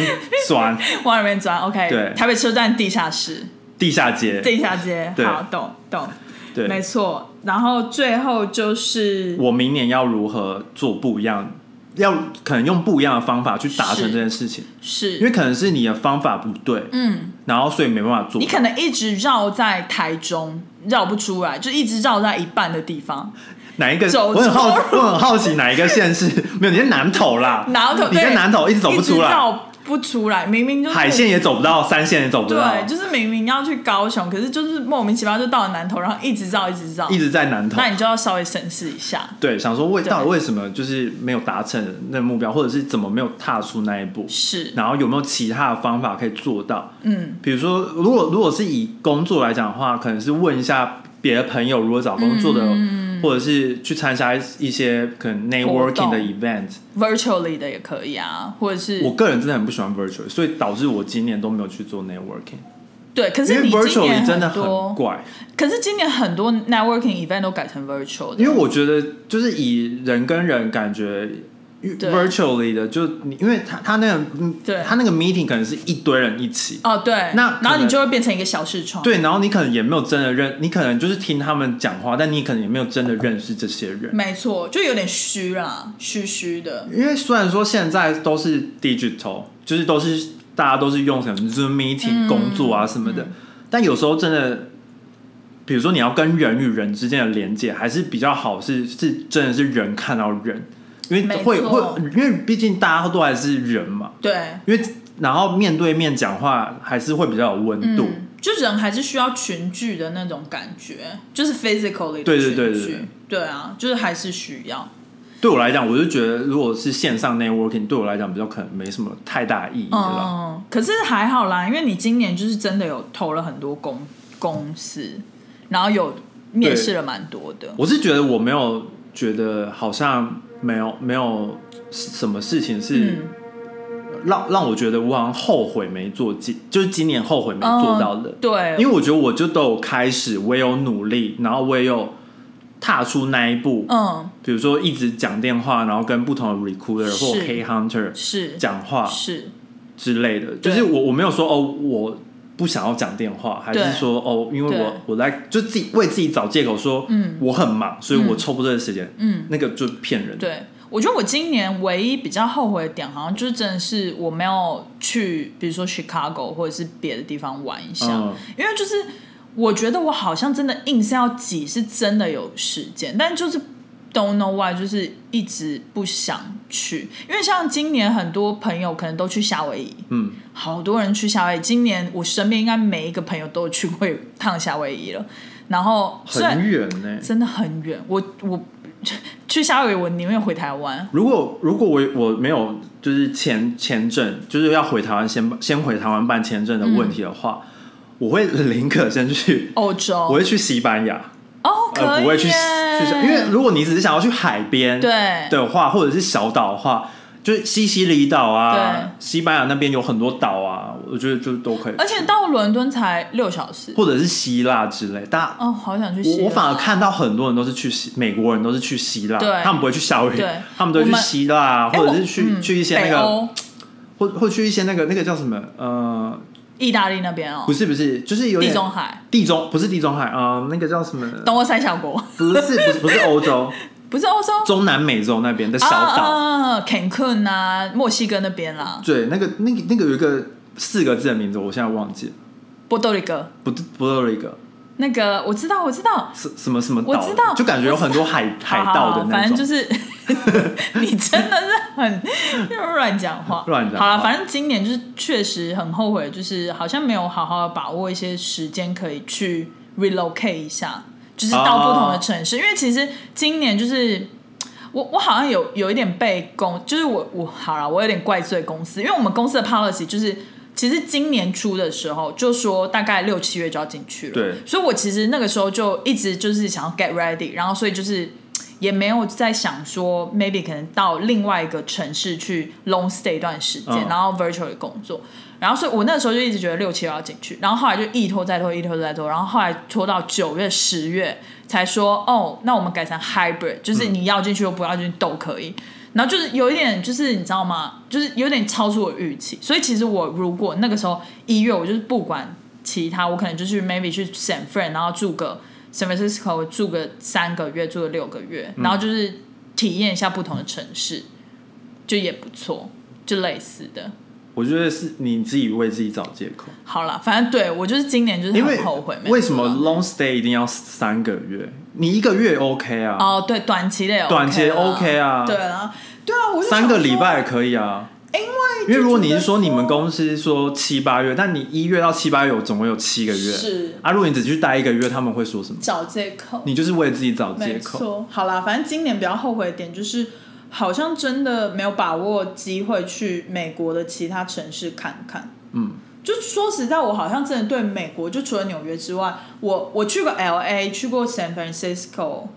S1: 钻，
S2: 往里面钻。OK，
S1: 对
S2: 台北车站地下室、
S1: 地下街。
S2: 地下街，
S1: 对
S2: 好，懂懂，没
S1: 对，
S2: 错。然后最后就是
S1: 我明年要如何做不一样？要可能用不一样的方法去达成
S2: 是
S1: 这件事情，因
S2: 是，
S1: 为可能是你的方法不对，
S2: 嗯，
S1: 然后所以没办法做
S2: 你
S1: 到。
S2: 可能一直绕在台中，绕不出来，就一直绕在一半的地方。
S1: 哪一个？
S2: 走
S1: 我很好，
S2: 错
S1: 我很好奇哪一个县市没有？你在南投啦，
S2: 南投
S1: 你在
S2: 对
S1: 南投一直走不出
S2: 一直
S1: 来，
S2: 绕不出来，明明就是
S1: 海线也走不到，山线也走不到，
S2: 对，就是明明要去高雄，可是就是莫名其妙就到了南投，然后一直绕一直绕
S1: 一，直在南投
S2: 那。你就要稍微审视一下。
S1: 对，想说为
S2: 对
S1: 到底为什么就是没有达成那个目标，或者是怎么没有踏出那一步，
S2: 是，
S1: 然后有没有其他的方法可以做到？
S2: 嗯，
S1: 比如说，如果如果是以工作来讲的话，可能是问一下别的朋友如何找工作的，或者是去参加一些可能
S2: 嗯活
S1: networking
S2: 动
S1: 的 event。
S2: virtually 的也可以啊，或者是
S1: 我个人真的很不喜欢 virtual，所以导致我今年都没有去做 networking，
S2: 对，可
S1: 因
S2: 是
S1: 为
S2: 你今
S1: virtual
S2: 年
S1: 真的
S2: 多
S1: 很怪。
S2: 可是今年很多 networking event 都改成 virtual 的，
S1: 因为我觉得就是以人跟人感觉因
S2: 对
S1: virtually 的，就你因为他他那个嗯
S2: 对
S1: 他那个 meeting 可能是一堆人一起。
S2: 哦对，
S1: 那
S2: 然
S1: 可
S2: 后你
S1: 能
S2: 就会变成一个小视窗，
S1: 对，然后你可能也没有真的认，你可能就是听他们讲话，但你可能也没有真的认识这些人。
S2: 没错，就有点虚啦，虚虚的，
S1: 因为虽然说现在都是 digital，就是都是大家都是用什么 Zoom meeting 工作啊什么
S2: 嗯
S1: 的，但有时候真的，比如说你要跟人与人之间的连接，还是比较好是，是真的是人看到人，因为
S2: 没
S1: 会
S2: 错
S1: 会，因为毕竟大家都还是人嘛，
S2: 对，
S1: 因为然后面对面讲话还是会比较有温度。
S2: 嗯，就人还是需要群聚的那种感觉，就是 physically 的群聚，
S1: 对对对对对
S2: 对啊，就是还是需要，
S1: 对我来讲，我就觉得如果是线上 networking，对我来讲比较可能没什么太大意义的啦。
S2: 嗯，可是还好啦，因为你今年就是真的有投了很多公公司，然后有面试了蛮多的，
S1: 我是觉得我没有觉得好像没有没有什么事情是
S2: 嗯，
S1: 让、让我觉得我好像后悔没做今就是今年后悔没做到的，
S2: 嗯对，
S1: 因为
S2: 为
S1: 我觉得我就都有开始，我也有努力，然后我也有踏出那一步，
S2: 嗯
S1: 比如说一直讲电话，然后跟不同的 recruiter
S2: 是
S1: 或 K hunter
S2: 是
S1: 讲话
S2: 是
S1: 之类的，就
S2: 对
S1: 是我我没有说哦我。不想要讲电话，还
S2: 对
S1: 是说哦，因为
S2: 对
S1: 我我来就自己为自己找借口说，
S2: 嗯
S1: 我很忙，所以我
S2: 嗯
S1: 抽不出这个时间。
S2: 嗯。
S1: 那个就骗人。，
S2: 对，我觉得我今年唯一比较后悔的点，好像就是真的是我没有去，比如说 Chicago 或者是别的地方玩一下，
S1: 嗯
S2: 因为就是我觉得我好像真的硬是要挤，是真的有时间，但就是 don't know why，就是一直不想去，因为像今年很多朋友可能都去夏威夷，
S1: 嗯，
S2: 好多人去夏威夷，今年我身边应该每一个朋友都有去过 一趟夏威夷了。然后虽然
S1: 很远呢、
S2: 真的很远。我我去夏威夷，我宁愿回台湾。
S1: 如果如果我我没有就是签签证，就是要回台湾先先回台湾办签证的问题的话，我会宁可先去，
S2: 欧洲
S1: 我会去西班牙，
S2: 哦，可以、
S1: 呃，不会去去，因为如果你只是想要去海边
S2: 对
S1: 的话，或者是小岛的话。就是西西里岛啊，西班牙那边有很多岛啊，我觉得就都可以，
S2: 而且到伦敦才六小时。
S1: 或者是希腊之类，大家
S2: 哦，好想去希
S1: 我
S2: 腊
S1: 我反而看到很多人都是去希，美国人都是去希腊
S2: 对，
S1: 他们不会去夏威夷
S2: 对，
S1: 他们都会去
S2: 我们
S1: 希腊啊，
S2: 哎
S1: 或者
S2: 我
S1: 是去、
S2: 嗯
S1: 去一些那
S2: 北
S1: 个，
S2: 欧
S1: 或或去一些那个那个叫什么？呃，
S2: 意大利那边哦
S1: 不，是不是，就是有
S2: 地
S1: 点
S2: 中海。
S1: 地中不是地中海啊、呃那个叫什么？
S2: 等我三小国，
S1: 不是不是不是欧 洲，
S2: 不是欧洲，
S1: 中南美洲那边的小
S2: 啊
S1: 岛，
S2: 啊啊，Cancun 啊，墨西哥那边啦，
S1: 对，那个那个那个有一个四个字的名字，我现在忘记了，
S2: 波多黎各，
S1: 不不是一个
S2: 那个我知道，我知道，
S1: 什什么什么岛
S2: 我
S1: 的，
S2: 知道
S1: 就感觉有很多海海
S2: 好
S1: 盗
S2: 好
S1: 的
S2: 好
S1: 那
S2: 反
S1: 种，
S2: 正就是 你真的是很 乱讲话，
S1: 乱讲话
S2: 好了，反正今年就是确实很后悔，就是好像没有好好地把握一些时间可以去 relocate 一下，就是到不同的城市，因为其实今年就是。我我好像有有一点被公，就是我我好了，我有点怪罪公司，因为我们公司的 policy 就是，其实今年初的时候就说大概六七月就要进去了，
S1: 对
S2: 所以我其实那个时候就一直就是想要 get ready，然后所以就是也没有在想说 maybe 可能到另外一个城市去 long stay 一段时间，
S1: 嗯
S2: 然后 virtually 工作，然后所以我那时候就一直觉得六七月要进去，然后后来就一拖再拖，一拖再拖，然后后来拖到九月十月才说哦，那我们改成 hybrid，就是你要进去又不要进去都可以。然后就是有一点，就是你知道吗？就是有点超出我预期，所以其实我如果那个时候一月，我就是不管其他，我可能就去 maybe 去 San Fran，然后住个 San Francisco 住个三个月，住个六个月，然后就是体验一下不同的城市，就也不错，就类似的。
S1: 我觉得是你自己为自己找借口。
S2: 好了，反正对我就是今年就 是
S1: 因为
S2: 很后悔，没
S1: 为什
S2: 做
S1: 么
S2: 到
S1: long stay 一定要三个月？你一个月 OK
S2: 哦
S1: 啊，
S2: 哦，对，短期的也 OK 啦
S1: 短期 OK 啊
S2: 对啊，对啊，我就
S1: 三个
S2: 想说
S1: 礼拜可以啊。因为如果你是说你们公司说七八月，但你一月到七八月有总共有七个月，
S2: 是
S1: 啊，如果你只去待一个月，他们会说什么？
S2: 找借口，
S1: 你就是为自己找借
S2: 没
S1: 口。
S2: 错。好啦，反正今年比较后悔的点就是，好像真的没有把握机会去美国的其他城市看看。
S1: 嗯，
S2: 就说实在，我好像真的对美国，就除了纽约之外，我我去过 L A，去过 San Francisco，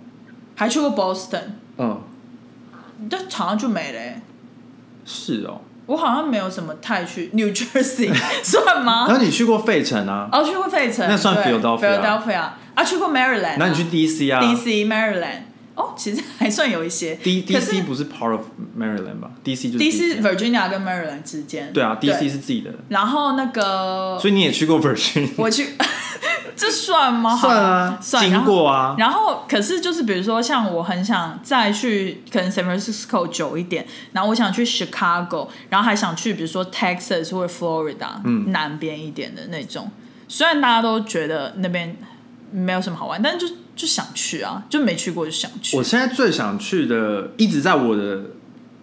S2: 还去过 Boston，
S1: 嗯，
S2: 但好像就没了欸、
S1: 是哦。
S2: 我好像没有什么太去 New Jersey 算吗？
S1: 然后你去过费城啊，
S2: 啊哦，去过费城，
S1: 那算
S2: 对
S1: Philadelphia
S2: Philadelphia 啊，去过 Maryland，
S1: 然后你去 DC 啊
S2: DC Maryland，哦，其实还算有一些。
S1: D
S2: 可是
S1: DC 不是 part of Maryland 吧？DC 就是 DC
S2: DC
S1: 啊
S2: Virginia 跟 Maryland 之间，
S1: 对啊，DC 是自己的，
S2: 然后那个
S1: 所以你也去过 Virginia，
S2: 我去， 这算吗？好
S1: 算啊，
S2: 算。
S1: 经过啊，
S2: 然后，然后可是就是比如说，像我很想再去可能 San Francisco 久一点，然后我想去 Chicago，然后还想去比如说 Texas 或者 Florida，
S1: 嗯
S2: 南边一点的那种。虽然大家都觉得那边没有什么好玩，但就就想去啊，就没去过就想去
S1: 我。现在最想去的，一直在我的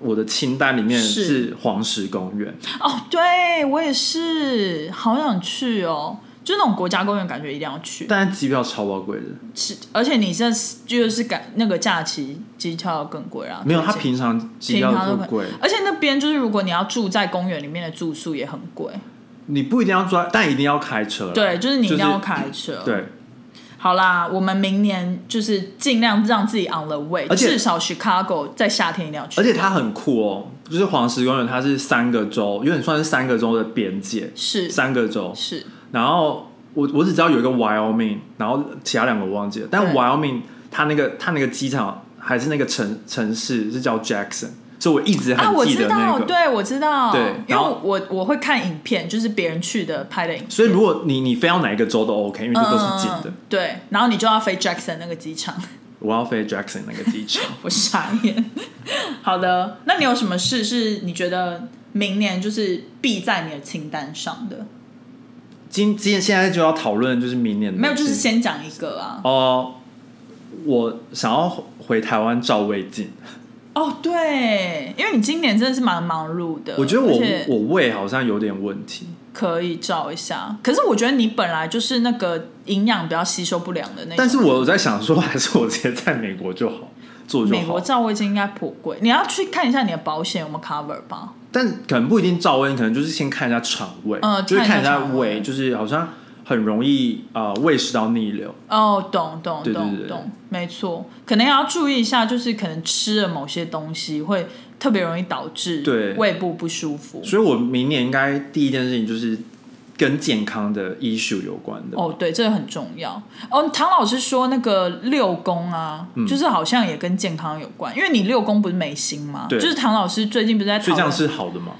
S1: 我的清单里面
S2: 是
S1: 是黄石公园。
S2: 哦，对我也是，好想去哦。就那种国家公园，感觉一定要去。
S1: 但是机票超宝贵的，
S2: 是，而且你这是就是赶那个假期机票更贵啊，
S1: 没有，
S2: 最
S1: 它
S2: 近
S1: 平常机
S2: 平
S1: 票
S2: 常
S1: 都
S2: 都
S1: 不
S2: 很
S1: 贵，
S2: 而且那边就是如果你要住在公园里面的住宿也很贵，
S1: 你不一定要抓，但一定要开车啦。
S2: 对，就是你一定要
S1: 就是
S2: 开车。，
S1: 对，
S2: 好啦，我们明年就是尽量让自己 on the way，
S1: 而且
S2: 至少 Chicago 在夏天一定要去，
S1: 而且它很酷哦，就是黄石公园，它是三个州，有点算是三个州的边界，
S2: 是
S1: 三个州。
S2: 是
S1: 然后我我只知道有一个 Wyoming，然后其他两个我忘记了，但
S2: 对
S1: Wyoming 它那个它那个机场还是那个城城市是叫 Jackson，所以我一直
S2: 啊，
S1: 很
S2: 我
S1: 记
S2: 知
S1: 得那
S2: 道，
S1: 个。
S2: 对我知道，
S1: 对
S2: 因为
S1: 然后
S2: 我我会看影片，就是别人去的拍的影片，
S1: 所以如果你你非要哪一个州都 OK，因为这都是近的。
S2: 嗯对，然后你就要飞 Jackson 那个机场。
S1: 我要飞 Jackson 那个机场，
S2: 我傻眼。 好的，那你有什么事是你觉得明年就是必在你的清单上的？
S1: 今今现在就要讨论就是明年的
S2: 没有，就是
S1: 事情
S2: 先讲一个啊。
S1: 哦、我想要回台湾照胃镜，
S2: 哦，对，因为你今年真的是蛮忙碌的，
S1: 我觉得
S2: 而
S1: 我
S2: 且
S1: 我胃好像有点问题，
S2: 可以照一下。可是我觉得你本来就是那个营养比较吸收不良的那种，
S1: 但是我在想说，还是我直接在美国就好做就
S2: 美
S1: 好
S2: 国，照胃镜应该颇贵，你要去看一下你的保险有没有 cover 吧。
S1: 但可能不一定照胃，可能就是先看一下肠胃，
S2: 嗯
S1: 就是看一下
S2: 看一下肠胃
S1: 胃，就是好像很容易啊、呃胃食道逆流，
S2: 哦，懂懂
S1: 对对对
S2: 懂
S1: 对
S2: 懂，没错，可能也要注意一下，就是可能吃了某些东西会特别容易导致
S1: 对
S2: 胃部不舒服。
S1: 所以我明年应该第一件事情就是跟健康的 issue 有关的。
S2: 哦，对，这个很重要。哦，唐老师说那个六宫啊，
S1: 嗯
S2: 就是好像也跟健康有关，因为你六宫不是眉心吗？
S1: 对
S2: 就是唐老师最近不是在
S1: 所以
S2: 讨
S1: 这样
S2: 论
S1: 是好的吗？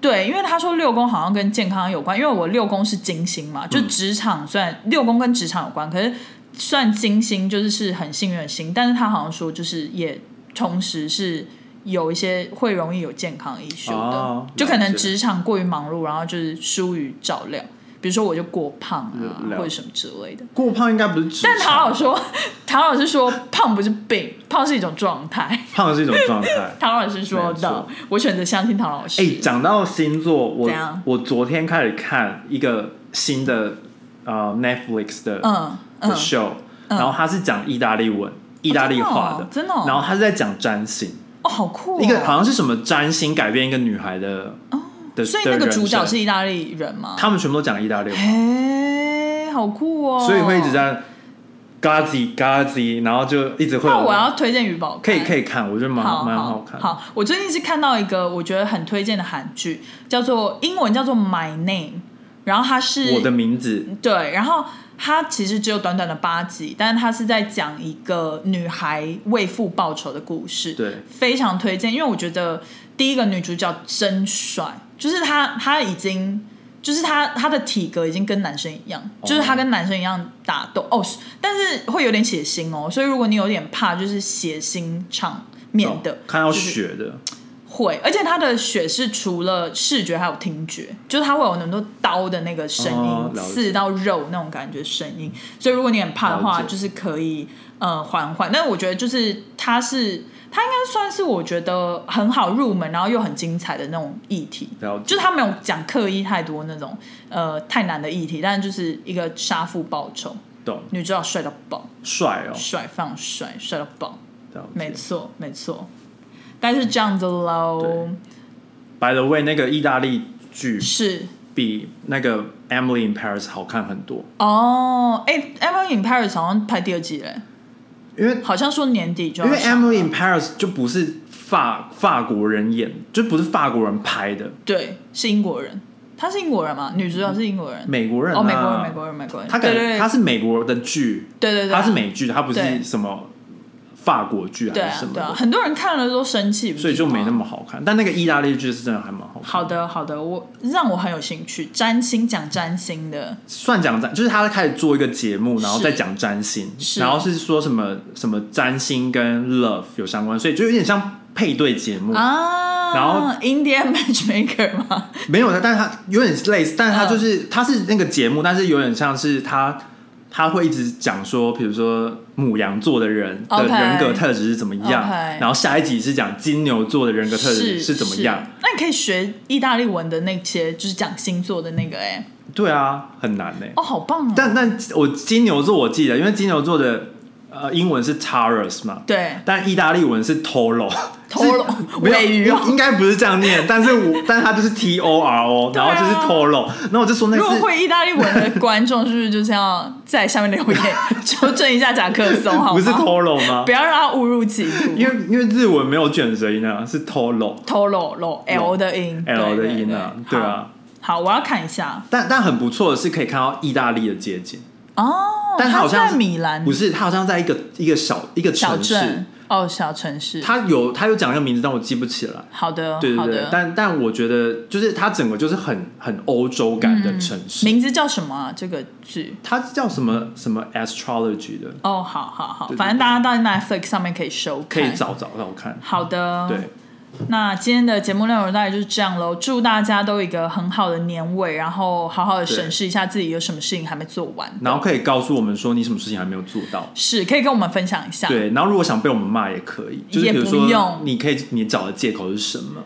S2: 对，因为他说六宫好像跟健康有关，因为我六宫是金
S1: 嗯
S2: 星嘛，就职场虽然、六宫跟职场有关，可是算金星就是是很幸运的星，但是他好像说就是也同时是有一些会容易有健康医修的，
S1: 哦
S2: 就可
S1: 了
S2: 能
S1: 解
S2: 职场过于忙碌，然后就是疏于照料，比如说我就过胖啊
S1: 了
S2: 或者什么之类的。
S1: 过胖应该不是职场，
S2: 但唐老师说， 唐老师说胖不是病，胖是一种状 态。。
S1: 胖是一种状态
S2: 唐老师说
S1: 没
S2: 的
S1: 错，
S2: 我选择相信唐老师。
S1: 哎、讲到星座，我
S2: 怎样
S1: 我昨天开始看一个新的呃 Netflix 的、
S2: 嗯嗯哦
S1: 的 show，、然后它是讲意大利文、意大利话的，
S2: 真的哦真的哦
S1: 然后它是在讲占星，
S2: 哦，好酷、哦！
S1: 一个好像是什么占星改变一个女孩的、的，
S2: 所以那
S1: 的
S2: 个
S1: 人
S2: 主角
S1: 生
S2: 是意大利人吗？
S1: 他们全部都讲意大利话，
S2: 哎，好酷哦！
S1: 所以会一直。在嘎叽嘎叽，然后就一直会
S2: 那
S1: 有
S2: 我要推荐于宝，
S1: 可以可
S2: 以，
S1: 以看，我觉得蛮
S2: 好
S1: 蛮
S2: 好
S1: 看的。
S2: 好，我最近是看到一个我觉得很推荐的韩剧，叫做英文叫做《My Name》，然后它是
S1: 我的名字
S2: 对，然后它其实只有短短的八集，但是它是在讲一个女孩为父报仇的故事。
S1: 对
S2: 非常推荐，因为我觉得第一个女主角真帅，就是她，她已经。就是她，她的体格已经跟男生一样，就是
S1: 哦
S2: 她跟男生一样打斗哦，是但是会有点血腥哦，所以如果你有点怕，就是血腥场面的，
S1: 看到
S2: 就是
S1: 血的，
S2: 会，而且它的血是除了视觉还有听觉，就是它会有很多刀的那个声音，
S1: 哦了解
S2: 刺到肉那种感觉声音。所以如果你很怕的话，
S1: 了解
S2: 就是可以呃缓缓。但我觉得就是它是它应该算是我觉得很好入门，然后又很精彩的那种议题
S1: 了解，
S2: 就是他没有讲刻意太多那种呃太难的议题，但是就是一个杀父报仇，
S1: 懂
S2: 女主角帅到爆，
S1: 帅哦，
S2: 帅放帅，帅到爆，
S1: 了解
S2: 没错没错，但是这样子喽，
S1: By the way，那个意大利剧
S2: 是
S1: 比那个《Emily in Paris》好看很多，
S2: 哦，哎、e m i l y in Paris 好像拍第二季嘞，
S1: 因为
S2: 好像说年底就要
S1: 因为《
S2: 上
S1: Emily in Paris》就不是法法国人演，就不是法国人拍的，
S2: 对是英国人，他是英国人吗？女主角是英国人，
S1: 美国人、啊、
S2: 哦，美国人，美国人，美国人，
S1: 他
S2: 对
S1: 感
S2: 对对，
S1: 他是美国的剧，
S2: 对对对，啊
S1: 他是美剧，他不
S2: 对
S1: 是什么法国剧
S2: 对
S1: 还是
S2: 啊
S1: 什么
S2: 对啊，
S1: 的，
S2: 很多人看了都生气，
S1: 所以就没那
S2: 么。
S1: 么好看。但那个意大利剧是真的还蛮好看，
S2: 好的，好的，我让我很有兴趣。占星讲占星的，
S1: 算讲占，就是他开始做一个节目，然后
S2: 是
S1: 再讲占星，
S2: 是
S1: 然后是说什么什么占星跟 love 有相关，所以就有点像配对节目
S2: 啊，
S1: 然后
S2: Indian Matchmaker 吗？
S1: 没有的，但是他有点类似，但是他
S2: 嗯
S1: 就是、他是那个节目，但是有点像是他他会一直讲说，比如说母羊座的人的
S2: OK
S1: 人格特质是怎么样
S2: OK
S1: 然后下一集是讲金牛座的人格特质
S2: 是
S1: 是怎么样。？
S2: 是那你可以学意大利文的那些，就是讲星座的那个、哎，
S1: 对啊，很难呢、
S2: 哦，好棒哦！
S1: 但但我金牛座我记得，因为金牛座的呃英文是 Taurus 嘛，
S2: 对，
S1: 但意大利文是 Toro。
S2: Toro，
S1: 没有
S2: 尾鱼哦
S1: 应应该不是这样念，但是我但是它就是 T O R O，
S2: 对
S1: 然
S2: 啊
S1: 后就是 Toro，然后我就说那
S2: 如果
S1: 是
S2: 会意大利文的观众，是不是就是要在下面留 言纠正一下贾克松，好吗？
S1: 不是 Toro 吗
S2: 不？要让他误入歧途。
S1: 因为因为日文没有卷舌音啊，是 tolo
S2: 偷漏漏 L 的音
S1: l 的
S2: 嗯对
S1: 音啊，对。啊。
S2: 好，好我要看一下
S1: 但但很不错的是，可以看到意大利的街景，
S2: 哦。
S1: 但
S2: 他
S1: 他好像
S2: 在米兰
S1: 不是，它好像在一个一个小一个
S2: 小
S1: 城市
S2: 镇，哦，小城市。
S1: 它有它有讲那个名字，但我记不起来。
S2: 好的，
S1: 对
S2: 哦好
S1: 对对
S2: 的，。
S1: 但但我觉得就是它整个就是很很欧洲感的城市，
S2: 名字叫什么啊？这个剧？
S1: 它叫什么什么 astrology 的，
S2: 哦，好好好
S1: 对，对
S2: 反正大家到 Netflix 上面可以收看，
S1: 可以找找找看。
S2: 好的，
S1: 对，
S2: 那今天的节目内容大概就是这样喽，祝大家都有一个很好的年尾，然后好好的审视一下自己有什么事情还没做完，
S1: 然后可以告诉我们说你什么事情还没有做到。
S2: 是可以跟我们分享一下。，
S1: 对，然后如果想被我们骂也可以，就是
S2: 也
S1: 比如
S2: 不用
S1: 说你可以你找的借口是什么？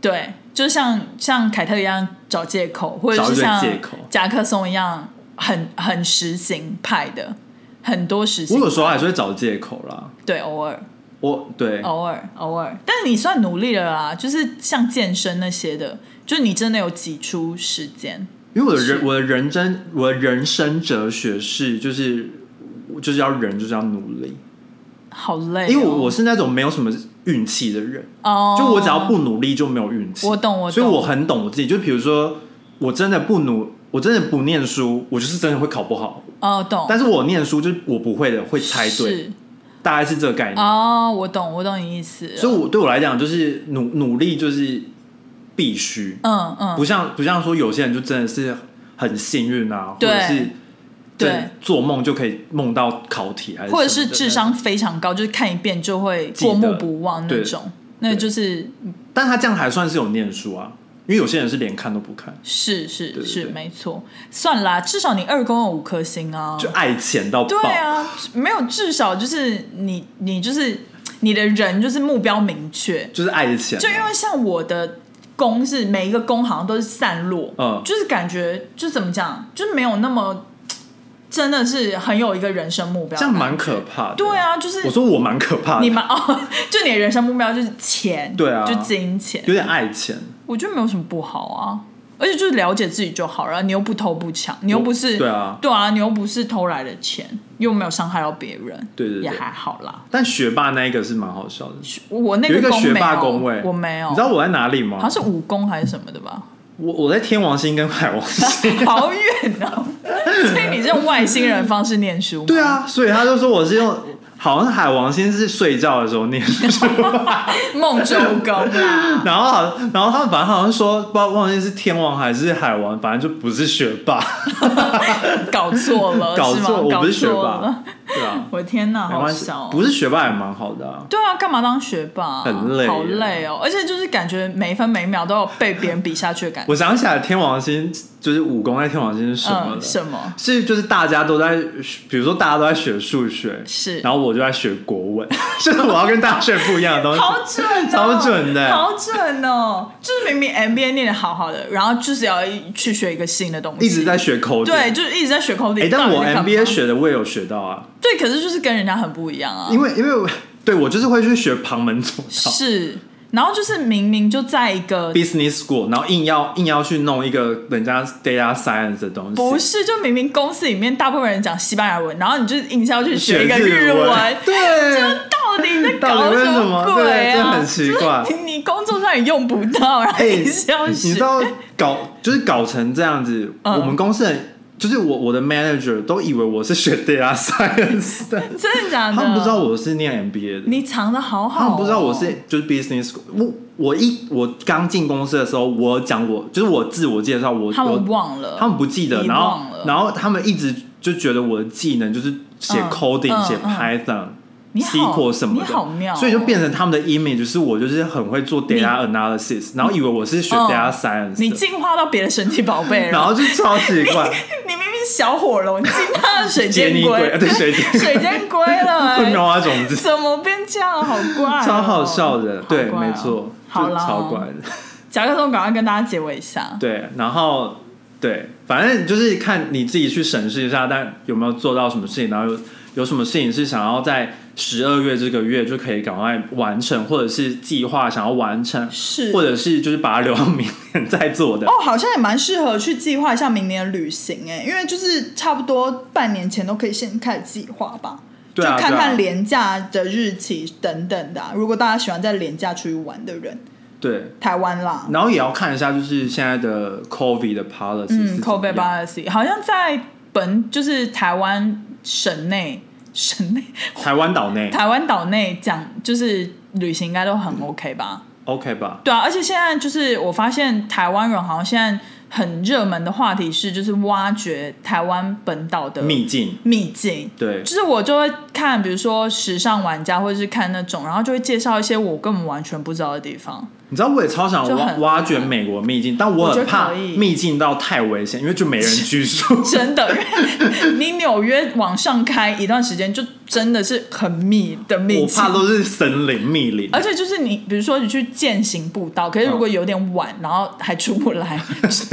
S2: 对，就像像凯特一样找借口，或者
S1: 找
S2: 是
S1: 一堆
S2: 像
S1: 借口
S2: 夹克松一样很很实行派的，很多实
S1: 我
S2: 行
S1: 有时候还是会找借口啦。
S2: 对，偶尔
S1: 我对、
S2: 偶尔偶尔，但你算努力了啦，就是像健身那些的，就你真的有挤出时间。
S1: 因为我的人
S2: 是
S1: 我的人真我的人生哲学是就是就是要人就是要努力，
S2: 好累哦、
S1: 因为我我是那种没有什么运气的人，
S2: 哦，
S1: 就我只要不努力就没有运气。
S2: 我懂我懂
S1: 所以我很懂我自己。就比如说，我真的不努，我真的不念书，我就是真的会考不好。
S2: 哦懂，
S1: 但是我念书就是我不会的会猜对，
S2: 是
S1: 大概是这个概念。
S2: 哦，我懂，我懂你意思了。
S1: 所以我对我来讲就是努努力就是必须。
S2: 嗯嗯，
S1: 不像不像说有些人就真的是很幸运啊，或
S2: 对
S1: 者是
S2: 对
S1: 对做梦就可以梦到考题，还是
S2: 或者
S1: 什
S2: 是
S1: 么的
S2: 智，商非常高，就是看一遍就会
S1: 记得
S2: 过目不忘那
S1: 对
S2: 种，那
S1: 对
S2: 就是
S1: 但他这样还算是有念书啊，因为有些人是连看都不看，
S2: 是是
S1: 对对
S2: 是
S1: 对
S2: 没错。算啦，至少你二公有五颗星啊，
S1: 就爱钱到爆
S2: 对。啊，没有至少就是你你就是你的人就是目标明确，
S1: 就是爱钱啊、
S2: 就因为像我的工是每一个工好像都是散落，
S1: 嗯
S2: 就是感觉就怎么讲，就没有那么真的是很有一个人生目标的感觉，
S1: 这样蛮可怕的。
S2: 对，啊，就是
S1: 我说我蛮可怕的，
S2: 你们哦， 就你的人生目标就是钱，
S1: 对啊
S2: 就金钱
S1: 有，点爱钱，
S2: 我觉得没有什么不好啊。而且就是了解自己就好了，你又不偷不抢，你又不是
S1: 对啊
S2: 对啊，你又不是偷来的钱，又没有伤害到别人，
S1: 对对对
S2: 也还好啦。
S1: 但学霸那一个是蛮好笑的。
S2: 我那
S1: 有一个
S2: 个工没有
S1: 学霸工位，
S2: 我没有，
S1: 你知道我在哪里吗？
S2: 好像是武功还是什么的吧，
S1: 我我在天王星跟海王星。
S2: 好远哦。 所以你是用外星人方式念书吗？
S1: 对，啊，所以他就说我是用，好像海王星是睡觉的时候念书，
S2: 梦啊周公啦，
S1: 然后好，然后他们反正好像说，不知道忘记是天王还是海王，反正就不是学 霸，
S2: 搞错 了，
S1: 搞
S2: 是吗
S1: 错，我不是学
S2: 搞错
S1: 霸
S2: 了，
S1: 对啊，
S2: 我的天哪，
S1: 没
S2: 好
S1: 关系
S2: 小哦，，
S1: 不是学霸也蛮好的啊，
S2: 对啊，干嘛当学霸啊、
S1: 很累耶
S2: 好累哦，而且就是感觉每一分每一秒都有被别人比下去的感觉。
S1: 我想起来天王星就是武功在天王星是什么
S2: 嗯，
S1: 的？
S2: 什么？
S1: 是就是大家都在，比如说大家都在学数学，
S2: 是
S1: 然后我就在学国文，文， 就是我要跟大家炫不一样的东西。
S2: 好准、哦，
S1: 超准的
S2: 好准哦！就是明明 MBA 念的好好的，然后就是要去学一个新的东西，
S1: 一直在学 coding。
S2: 对，就是一直在学 coding、
S1: 哎，但我
S2: 到底在干嘛
S1: MBA 学的我也有学到啊，
S2: 对，可是就是跟人家很不一样啊，
S1: 因为因为我对我就是会去学旁门左道
S2: 是，然后就是明明就在一个
S1: business school，然后硬要硬要去弄一个人家 data science 的东西，
S2: 不是，就明明公司里面大部分人讲西班牙文，然后你就硬是要去学一个
S1: 日
S2: 文， 就
S1: 对，
S2: 到底在
S1: 到
S2: 搞
S1: 底为什
S2: 么
S1: 么
S2: 鬼
S1: 对这
S2: 啊？
S1: 很奇怪
S2: 就是你你工作上也用不到，然 后
S1: 哎、
S2: 你是要
S1: 你
S2: 学，
S1: 知道搞就是搞成这样子，
S2: 嗯
S1: 我们公司人就是我我的 manager 都以为我是学 data science 的，
S2: 真的假的？
S1: 他们不知道我是念 MBA 的，
S2: 你藏的好好、哦，
S1: 他们不知道我是就是 business school。我我一我刚进公司的时候，我讲我就是我自我介绍，我
S2: 他们
S1: 我
S2: 忘了，
S1: 他们不记得，
S2: 遗
S1: 然后
S2: 忘了
S1: 然后他们一直就觉得我的技能就是写
S2: 嗯
S1: coding、
S2: 嗯
S1: 写
S2: 嗯
S1: Python、
S2: 你好
S1: SQL 什么
S2: 你好妙
S1: 的，
S2: 哦
S1: 所以就变成他们的 image 就是我就是很会做 data analysis，然后以为我是学
S2: 嗯
S1: data science，
S2: 你
S1: 的
S2: 进化到别的神奇宝贝了，
S1: 然后就超奇怪，
S2: 你明明小火龙， 你进化到水
S1: 杰
S2: 箭
S1: 尼龟啊
S2: 龟，
S1: 对水晶
S2: 水箭龟 了、
S1: 会
S2: 哎
S1: 苗啊种子，
S2: 怎么变这样？好怪哦、
S1: 超好笑的，对，
S2: 好怪哦
S1: 没错，
S2: 好
S1: 就
S2: 啦，
S1: 超怪的。
S2: 甲壳虫，赶快跟大家结尾一下。
S1: 对，然后对，反正就是看你自己去审视一下，但有没有做到什么事情，然后有有什么事情是想要在十二月这个月就可以赶快完成，或者是计划想要完成，
S2: 是，
S1: 或者是就是把它留到明年再做的。
S2: 哦，好像也蛮适合去计划一下明年的旅行哎、因为就是差不多半年前都可以先开始计划吧。
S1: 对啊，
S2: 就看看
S1: 对啊，
S2: 廉价的日期等等的啊、如果大家喜欢在廉价出去玩的人，
S1: 对，
S2: 台湾啦，
S1: 然后也要看一下就是现在的 COVID 的 policy，是
S2: 嗯
S1: 怎么
S2: ，COVID
S1: 样
S2: policy 好像在本就是台湾省内、省内、
S1: 台湾岛 内
S2: 台湾岛内讲，就是旅行应该都很 OK 吧？
S1: OK 吧？
S2: 对啊，而且现在就是我发现台湾人好像现在很热门的话题是，就是挖掘台湾本岛的
S1: 秘境，
S2: 秘境。
S1: 对
S2: 就，是我就会看，比如说时尚玩家，或者是看那种，然后就会介绍一些我根本完全不知道的地方。
S1: 你知道我也超想
S2: 就
S1: 挖
S2: 很
S1: 挖掘美国秘境，但我
S2: 我觉
S1: 很
S2: 得
S1: 怕
S2: 可以
S1: 秘境到太危险，因为就没人居 住。
S2: 真的，因为你纽约往上开一段时间，就真的是很密的密
S1: 我
S2: 集
S1: 怕。都是森林密林，
S2: 而且就是你，比如说你去践行步道，可是如果有点晚，然后还出不来，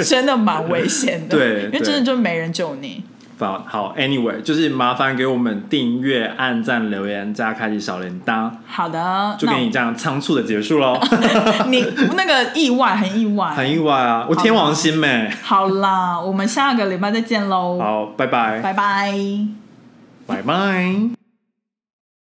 S2: 真的蛮危险的。
S1: 嗯对
S2: 因
S1: 对
S2: 为真的就没人救你。
S1: 好好，anyway，就是麻烦给我们订阅、按赞、留言加开启小铃铛，
S2: 好的，
S1: 就
S2: 那
S1: 给你这样仓促的结束 喽，
S2: 你那个意外很意外。
S1: 很意外啊！我天王星妹，
S2: 好啦，我们下个礼拜再见喽，
S1: 好，拜拜，
S2: 拜拜。
S1: 拜拜。